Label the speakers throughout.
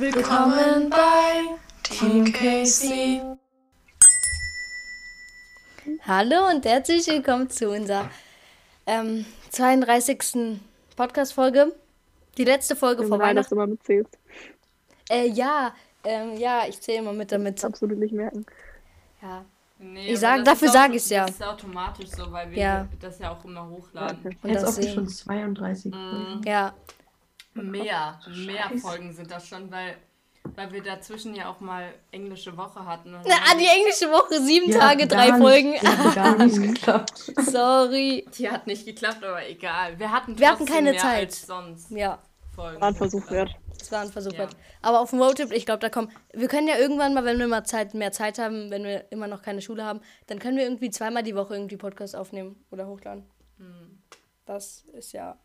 Speaker 1: Willkommen bei Team Casey.
Speaker 2: Hallo und herzlich willkommen zu unserer ähm, 32. Podcast-Folge. Die letzte Folge
Speaker 3: Wenn
Speaker 2: vor
Speaker 3: Weihnachten
Speaker 2: Weihnachten.
Speaker 3: immer mitzählst.
Speaker 2: Äh, ja, ähm, ja, ich zähle immer mit damit.
Speaker 3: Absolut nicht merken.
Speaker 2: Ja.
Speaker 4: Nee,
Speaker 2: Ich
Speaker 4: aber
Speaker 2: sag-
Speaker 4: das
Speaker 2: dafür
Speaker 4: ist
Speaker 2: sag
Speaker 4: auto-
Speaker 2: ich's ja.
Speaker 4: Das ist automatisch so, weil wir
Speaker 2: Ja.
Speaker 4: das ja auch immer hochladen.
Speaker 2: Und
Speaker 1: Jetzt
Speaker 2: das
Speaker 1: auch
Speaker 2: sehen-
Speaker 1: schon 32.
Speaker 4: Mhm.
Speaker 1: Folgen.
Speaker 2: Ja,
Speaker 4: Mehr, mehr
Speaker 1: Scheiße.
Speaker 4: Folgen sind das schon, weil, weil wir dazwischen ja auch mal englische Woche hatten. Und
Speaker 2: Na, ah, die englische Woche, sieben
Speaker 1: Ja,
Speaker 2: Tage,
Speaker 1: gar
Speaker 2: drei
Speaker 1: nicht.
Speaker 2: Folgen.
Speaker 1: Das hat gar nicht geklappt.
Speaker 2: Sorry.
Speaker 4: die hat nicht geklappt, aber egal. Wir hatten,
Speaker 2: Wir hatten
Speaker 4: trotzdem
Speaker 2: keine
Speaker 4: mehr
Speaker 2: Zeit.
Speaker 4: als sonst.
Speaker 2: Ja,
Speaker 4: Folgen.
Speaker 3: War ein Versuch wert.
Speaker 2: das war ein Versuch.
Speaker 4: Ja.
Speaker 2: wert. Aber auf dem Roadtrip, ich glaube, da kommen. Wir können ja irgendwann mal, wenn wir mal Zeit, mehr Zeit haben, wenn wir immer noch keine Schule haben, dann können wir irgendwie zweimal die Woche irgendwie Podcast aufnehmen oder hochladen. Das ist ja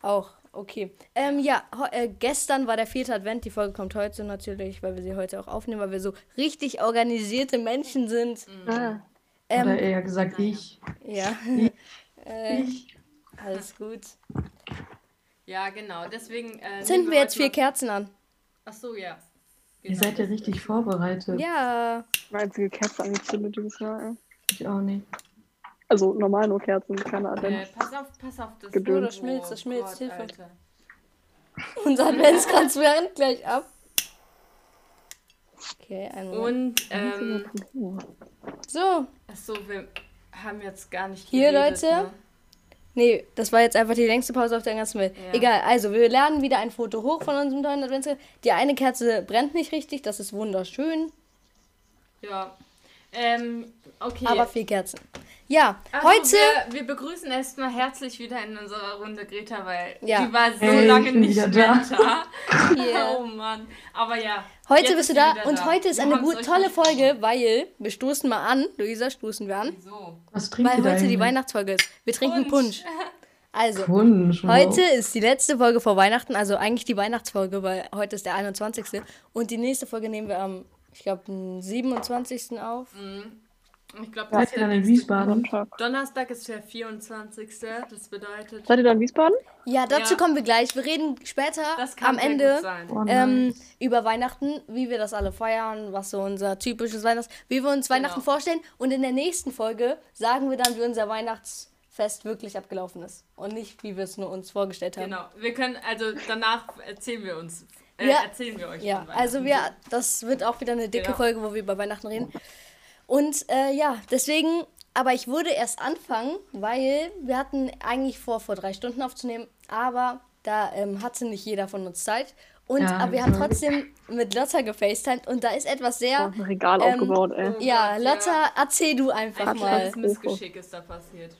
Speaker 2: auch okay. Ähm, ja, ho- äh, gestern war der vierte Advent. Die Folge kommt heute natürlich, weil wir sie heute auch aufnehmen, weil wir so richtig organisierte Menschen sind.
Speaker 3: Ah,
Speaker 2: Ähm,
Speaker 1: Oder eher gesagt, ich.
Speaker 2: ja. äh, alles gut.
Speaker 4: Ja, genau. Deswegen äh, nehmen
Speaker 2: Zünden wir jetzt
Speaker 4: heute
Speaker 2: vier
Speaker 4: mal-
Speaker 2: Kerzen an.
Speaker 4: Ach so, ja. Genau.
Speaker 1: Ihr seid ja richtig vorbereitet.
Speaker 2: Ja.
Speaker 3: meine einzige Kerze angezündet dieses Jahr. ey.
Speaker 1: Ich auch nicht.
Speaker 3: Also normal nur Kerzen, keine
Speaker 4: Äh,
Speaker 3: Advent.
Speaker 4: pass auf, pass auf, das
Speaker 3: Geduld.
Speaker 4: Oh,
Speaker 2: Das schmilzt, das schmilzt,
Speaker 4: Gott,
Speaker 2: Hilfe.
Speaker 4: Alter.
Speaker 2: Unser Adventskranz brennt gleich ab. Okay, einen Moment.
Speaker 4: Und ähm,
Speaker 2: So.
Speaker 4: ach so, wir haben jetzt gar nicht
Speaker 2: Hier,
Speaker 4: geredet,
Speaker 2: Leute.
Speaker 4: Ne?
Speaker 2: Nee, das war jetzt einfach die längste Pause auf der ganzen Welt.
Speaker 4: Ja.
Speaker 2: Egal, also wir laden wieder ein Foto hoch von unserem neuen Adventskalender. Die eine Kerze brennt nicht richtig, das ist wunderschön.
Speaker 4: Ja. Ähm, okay.
Speaker 2: Aber vier Kerzen. Ja,
Speaker 4: Also,
Speaker 2: heute.
Speaker 4: Wir, wir begrüßen erstmal herzlich wieder in unserer Runde Greta, weil
Speaker 2: Ja.
Speaker 4: die war so
Speaker 1: Hey, ich
Speaker 4: lange
Speaker 1: bin
Speaker 4: nicht
Speaker 1: wieder
Speaker 4: mehr da.
Speaker 2: Yeah.
Speaker 4: Oh Mann. Aber ja.
Speaker 2: Heute
Speaker 4: jetzt
Speaker 2: bist
Speaker 4: ist
Speaker 2: du
Speaker 4: sie
Speaker 2: da
Speaker 4: wieder
Speaker 2: und heute ist
Speaker 4: Wir
Speaker 2: eine
Speaker 4: haben's
Speaker 2: gut,
Speaker 4: euch
Speaker 2: tolle
Speaker 4: versprochen.
Speaker 2: Folge, weil wir stoßen mal an. Luisa, stoßen wir an.
Speaker 4: So.
Speaker 1: Was trinkt
Speaker 2: Weil
Speaker 1: ihr da
Speaker 2: heute die
Speaker 1: eigentlich?
Speaker 2: Weihnachtsfolge ist. Wir trinken
Speaker 4: Punsch.
Speaker 2: Punsch. Also,
Speaker 1: Wunsch. wow.
Speaker 2: heute ist die letzte Folge vor Weihnachten, also eigentlich die Weihnachtsfolge, weil heute ist der 21. Und die nächste Folge nehmen wir am, ich glaube, 27. auf.
Speaker 4: Mhm. Ich glaube,
Speaker 1: Seid ihr dann in Wiesbaden?
Speaker 3: Sonntag.
Speaker 4: Donnerstag ist der 24. Das bedeutet.
Speaker 3: Seid ihr dann in Wiesbaden?
Speaker 2: Ja, dazu
Speaker 4: Ja.
Speaker 2: kommen wir gleich. Wir reden später
Speaker 4: Das
Speaker 2: am
Speaker 4: kann sehr
Speaker 2: Ende
Speaker 4: gut sein.
Speaker 1: Oh,
Speaker 2: ähm,
Speaker 1: nice.
Speaker 2: über Weihnachten, wie wir das alle feiern, was so unser typisches Weihnachts, wie wir uns Weihnachten
Speaker 4: Genau.
Speaker 2: vorstellen. Und in der nächsten Folge sagen wir dann, wie unser Weihnachtsfest wirklich abgelaufen ist und nicht, wie wir es nur uns vorgestellt haben.
Speaker 4: Genau. Wir können, also danach erzählen wir uns. Äh,
Speaker 2: Ja.
Speaker 4: Erzählen wir euch.
Speaker 2: Ja,
Speaker 4: von Weihnachten.
Speaker 2: also wir, das wird auch wieder eine dicke
Speaker 4: Genau.
Speaker 2: Folge, wo wir über Weihnachten reden. Und äh, ja, deswegen, aber ich würde erst anfangen, weil wir hatten eigentlich vor, vor drei Stunden aufzunehmen, aber da ähm, hatte nicht jeder von uns Zeit. Und
Speaker 1: Ja,
Speaker 2: aber wir haben
Speaker 1: sorry.
Speaker 2: trotzdem mit Lotta gefacetimed und da ist etwas
Speaker 3: Ja. äh,
Speaker 2: sehr.
Speaker 3: Oh, ein Regal
Speaker 2: Ähm,
Speaker 3: aufgebaut, ey.
Speaker 4: Oh
Speaker 2: ja,
Speaker 4: Gott,
Speaker 2: Lotta,
Speaker 4: ja.
Speaker 2: erzähl du einfach
Speaker 4: Ein
Speaker 2: mal.
Speaker 4: kleines Missgeschick ist da passiert.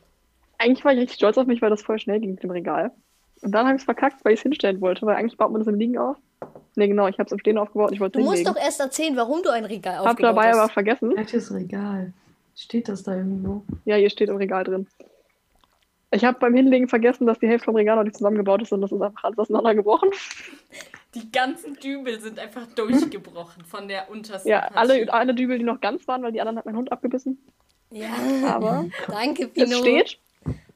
Speaker 3: Eigentlich war ich richtig stolz auf mich, weil das voll schnell ging mit dem Regal. Und dann habe ich es verkackt, weil ich es hinstellen wollte, weil eigentlich baut man das im Liegen auf. Ne, genau, ich habe es im Stehen aufgebaut, ich
Speaker 2: Du
Speaker 3: wollte es
Speaker 2: musst
Speaker 3: hinlegen.
Speaker 2: doch erst erzählen, warum du ein Regal
Speaker 3: Hab
Speaker 2: aufgebaut
Speaker 3: dabei aber
Speaker 2: hast.
Speaker 3: vergessen.
Speaker 1: Welches Regal? Steht das da irgendwo?
Speaker 3: Ja, hier steht im Regal drin. Ich habe beim Hinlegen vergessen, dass die Hälfte vom Regal noch nicht zusammengebaut ist und das ist einfach alles auseinandergebrochen.
Speaker 4: Die ganzen Dübel sind einfach durchgebrochen von der untersten
Speaker 3: Ja,
Speaker 4: Partie.
Speaker 3: alle, alle Dübel, die noch ganz waren, weil die anderen hat mein Hund abgebissen.
Speaker 2: Ja,
Speaker 3: Aber
Speaker 2: danke, Pino.
Speaker 3: es steht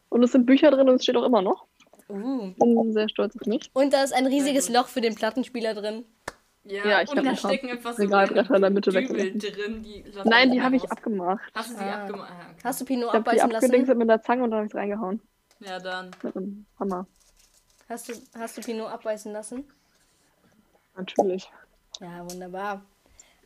Speaker 3: und es sind Bücher drin und es steht auch immer noch.
Speaker 2: Uh.
Speaker 3: Bin sehr stolz auf mich.
Speaker 2: Und da ist ein riesiges Loch für den Plattenspieler drin.
Speaker 4: Ja,
Speaker 3: Ja, ich
Speaker 4: und
Speaker 3: hab
Speaker 4: da
Speaker 3: ein paar
Speaker 4: stecken etwas
Speaker 3: Regalbretter in der Mitte
Speaker 4: Dübel
Speaker 3: weggelegt.
Speaker 4: drin, die
Speaker 2: Oh,
Speaker 4: Lotta
Speaker 3: Nein, die
Speaker 4: nicht
Speaker 3: habe ich
Speaker 4: raus-
Speaker 3: abgemacht.
Speaker 4: Hast du sie
Speaker 2: Ah.
Speaker 4: abgemacht? Ah, okay.
Speaker 2: Hast du Pino
Speaker 3: Ich habe die
Speaker 2: abbeißen lassen?
Speaker 3: abgedingst mit einer Zange und dann habe ich es reingehauen.
Speaker 4: Ja, dann.
Speaker 3: Mit einem Hammer.
Speaker 2: Hast du, hast du Pinot abbeißen lassen?
Speaker 3: Natürlich.
Speaker 2: Ja, wunderbar.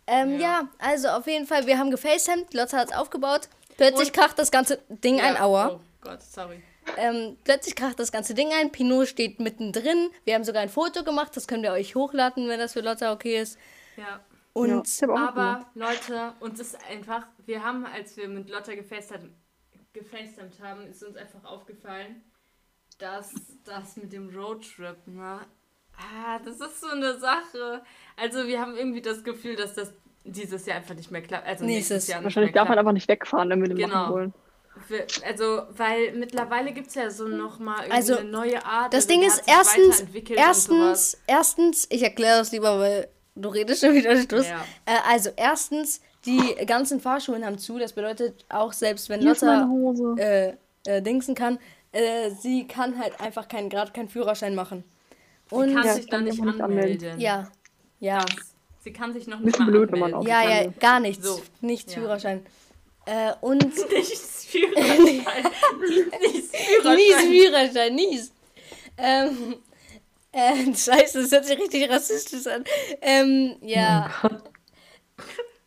Speaker 2: Ähm, ja.
Speaker 4: Ja.
Speaker 2: also auf jeden Fall, wir haben gefacehemmt, Lotta hat es aufgebaut. Plötzlich
Speaker 4: Und-
Speaker 2: kracht das ganze Ding ein,
Speaker 4: ja.
Speaker 2: aua.
Speaker 4: Oh Gott, sorry.
Speaker 2: Ähm, plötzlich kracht das ganze Ding ein, Pinot steht mittendrin. Wir haben sogar ein Foto gemacht, das können wir euch hochladen, wenn das für Lotta okay ist.
Speaker 4: Ja.
Speaker 2: Und
Speaker 3: ja, ich hab auch
Speaker 4: Aber Leute, uns ist einfach, wir haben, als wir mit Lotta gefacetimed gefacetimed haben, ist uns einfach aufgefallen, dass das mit dem Roadtrip, ne? Ah, das ist so eine Sache. Also wir haben irgendwie das Gefühl, dass das dieses Jahr einfach nicht mehr klappt. Also
Speaker 2: Nächstes.
Speaker 4: nächstes Jahr nicht
Speaker 3: Wahrscheinlich
Speaker 4: mehr
Speaker 3: darf man
Speaker 4: klappt.
Speaker 3: einfach nicht wegfahren, wenn wir den
Speaker 4: Genau.
Speaker 3: machen wollen.
Speaker 4: Wir- Also, weil mittlerweile gibt es ja so nochmal
Speaker 2: Also,
Speaker 4: eine neue Art.
Speaker 2: das
Speaker 4: also
Speaker 2: Ding
Speaker 4: die
Speaker 2: ist,
Speaker 4: hat sich
Speaker 2: erstens,
Speaker 4: weiterentwickelt und sowas.
Speaker 2: erstens, erstens, ich erkläre das lieber, weil du redest schon wieder Schluss.
Speaker 4: Ja.
Speaker 2: Äh, also erstens, die ganzen Fahrschulen haben zu, das bedeutet auch selbst wenn
Speaker 3: Hier ist
Speaker 2: Lotta
Speaker 3: meine Hose.
Speaker 2: äh, äh, dingsen kann, äh, sie kann halt einfach keinen Grad, keinen Führerschein machen. Und
Speaker 4: kann
Speaker 3: Ja,
Speaker 4: sich
Speaker 3: ich
Speaker 4: da
Speaker 3: kann mich
Speaker 4: nicht
Speaker 3: auch nicht
Speaker 4: anmelden.
Speaker 3: anmelden.
Speaker 2: ja, Ja.
Speaker 4: Das. Sie kann sich noch nicht
Speaker 3: Bisschen
Speaker 4: mal
Speaker 3: blöd, wenn man
Speaker 2: Ja, ja,
Speaker 3: Aufgefallen.
Speaker 2: gar nichts.
Speaker 4: So.
Speaker 2: Nichts
Speaker 4: Ja.
Speaker 2: Führerschein. Äh, und
Speaker 4: anmeldet. Nichts Führerschein.
Speaker 2: Nies,
Speaker 4: Nichts Führerschein.
Speaker 2: Führerschein, nies. Ähm, äh, scheiße, das hört sich richtig rassistisch an. Ähm, ja.
Speaker 4: Oh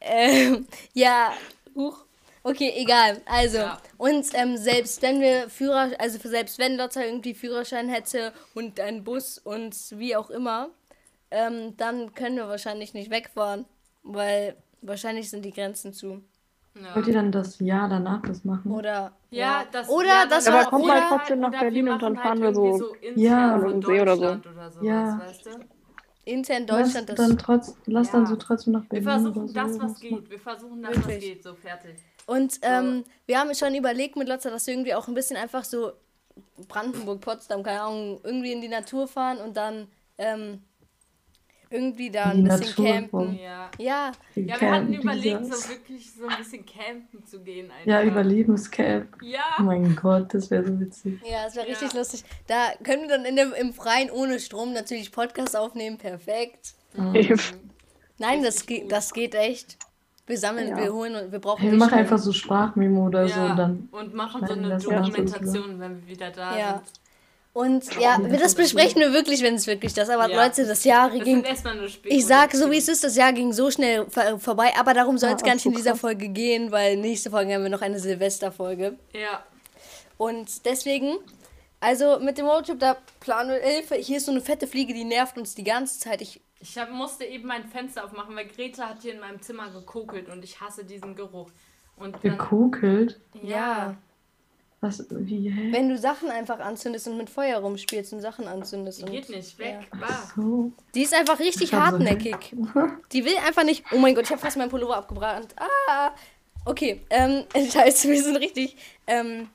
Speaker 2: Ähm, ja, huch. Okay, egal. Also,
Speaker 4: Ja.
Speaker 2: und ähm, selbst wenn wir Führer, also selbst wenn Lotta irgendwie Führerschein hätte und einen Bus und wie auch immer, ähm, dann können wir wahrscheinlich nicht wegfahren, weil wahrscheinlich sind die Grenzen zu.
Speaker 1: Wollt ihr dann das Jahr danach das machen?
Speaker 2: Oder
Speaker 4: Ja, das
Speaker 2: oder
Speaker 4: ja, genau.
Speaker 2: das
Speaker 3: Aber
Speaker 2: war
Speaker 3: kommt
Speaker 2: oder,
Speaker 3: halt trotzdem nach
Speaker 4: oder
Speaker 3: Berlin
Speaker 4: wir
Speaker 3: und dann
Speaker 4: machen
Speaker 3: fahren wir so-
Speaker 4: halt irgendwie intern
Speaker 1: Ja.
Speaker 4: von
Speaker 3: An den See oder so.
Speaker 4: Deutschland oder sowas,
Speaker 1: Ja.
Speaker 4: weißt du?
Speaker 2: intern
Speaker 1: Lass
Speaker 2: Deutschland das.
Speaker 1: dann trotz, lass
Speaker 4: Ja.
Speaker 1: dann so trotzdem nach
Speaker 4: Wir
Speaker 1: Berlin.
Speaker 4: versuchen
Speaker 1: oder so.
Speaker 4: das, was geht. Wir versuchen das, was
Speaker 2: Wirklich.
Speaker 4: geht. So, fertig.
Speaker 2: Und ähm, wir haben schon überlegt mit Lotta, dass wir irgendwie auch ein bisschen einfach so Brandenburg, Potsdam, keine Ahnung, irgendwie in die Natur fahren und dann ähm, irgendwie da ein
Speaker 1: In die
Speaker 2: bisschen
Speaker 1: Natur,
Speaker 2: campen.
Speaker 4: Ja.
Speaker 1: wow.
Speaker 2: Ja,
Speaker 4: Ja, wir hatten
Speaker 1: Campen,
Speaker 4: überlegt,
Speaker 1: dieses-
Speaker 4: so wirklich so ein bisschen campen zu gehen. Einfach.
Speaker 1: Ja, Überlebenscamp. Oh
Speaker 4: Ja,
Speaker 1: mein Gott, das wäre so witzig.
Speaker 2: ja, das wäre
Speaker 4: Ja.
Speaker 2: richtig lustig. Da können wir dann in dem, im Freien ohne Strom natürlich Podcast aufnehmen. Perfekt.
Speaker 1: Oh.
Speaker 2: Nein, das,
Speaker 4: Richtig
Speaker 2: ge
Speaker 4: gut.
Speaker 2: das geht echt. Wir sammeln,
Speaker 3: Ja.
Speaker 2: wir holen und wir brauchen
Speaker 1: Hey,
Speaker 2: nicht
Speaker 1: mach
Speaker 2: schnell.
Speaker 1: einfach so Sprachmemo oder so
Speaker 4: ja.
Speaker 1: und dann.
Speaker 4: und machen so
Speaker 1: schneiden
Speaker 4: eine
Speaker 1: das nach und nach.
Speaker 4: Dokumentation, wenn wir wieder da
Speaker 2: Ja.
Speaker 4: sind.
Speaker 2: Und ja, wir- das besprechen wir wirklich, wenn es wirklich das. Aber
Speaker 4: Ja.
Speaker 2: Leute, das Jahr
Speaker 4: Das
Speaker 2: ging
Speaker 4: sind erstmal nur Spekulationen.
Speaker 2: Ich sag, so wie es ist, das Jahr ging so schnell ver- vorbei, aber
Speaker 4: Ah,
Speaker 2: darum soll es
Speaker 3: Ja,
Speaker 2: gar nicht in
Speaker 3: so
Speaker 2: dieser
Speaker 3: krass.
Speaker 2: Folge gehen, weil nächste Folge haben wir noch eine Silvesterfolge.
Speaker 4: Ja,
Speaker 2: Und deswegen, also mit dem Roadtrip, da planen wir Hilfe. Hier ist so eine fette Fliege, die nervt uns die ganze Zeit. Ich,
Speaker 4: ich hab, musste eben mein Fenster aufmachen, weil Greta hat hier in meinem Zimmer gekokelt und ich hasse diesen Geruch. Und dann,
Speaker 1: Gekokelt?
Speaker 4: ja,
Speaker 1: Was, wie, hä?
Speaker 2: wenn du Sachen einfach anzündest und mit Feuer rumspielst und Sachen anzündest.
Speaker 4: die
Speaker 2: Und,
Speaker 4: geht nicht weg.
Speaker 2: Ja.
Speaker 4: Bah.
Speaker 1: So.
Speaker 2: Die ist einfach richtig
Speaker 1: Ich hab so-
Speaker 2: hartnäckig. Die will einfach nicht. Oh mein Gott, ich habe fast meinen Pullover abgebrannt. Ah! Okay, ähm, scheiße, wir sind richtig. Ähm,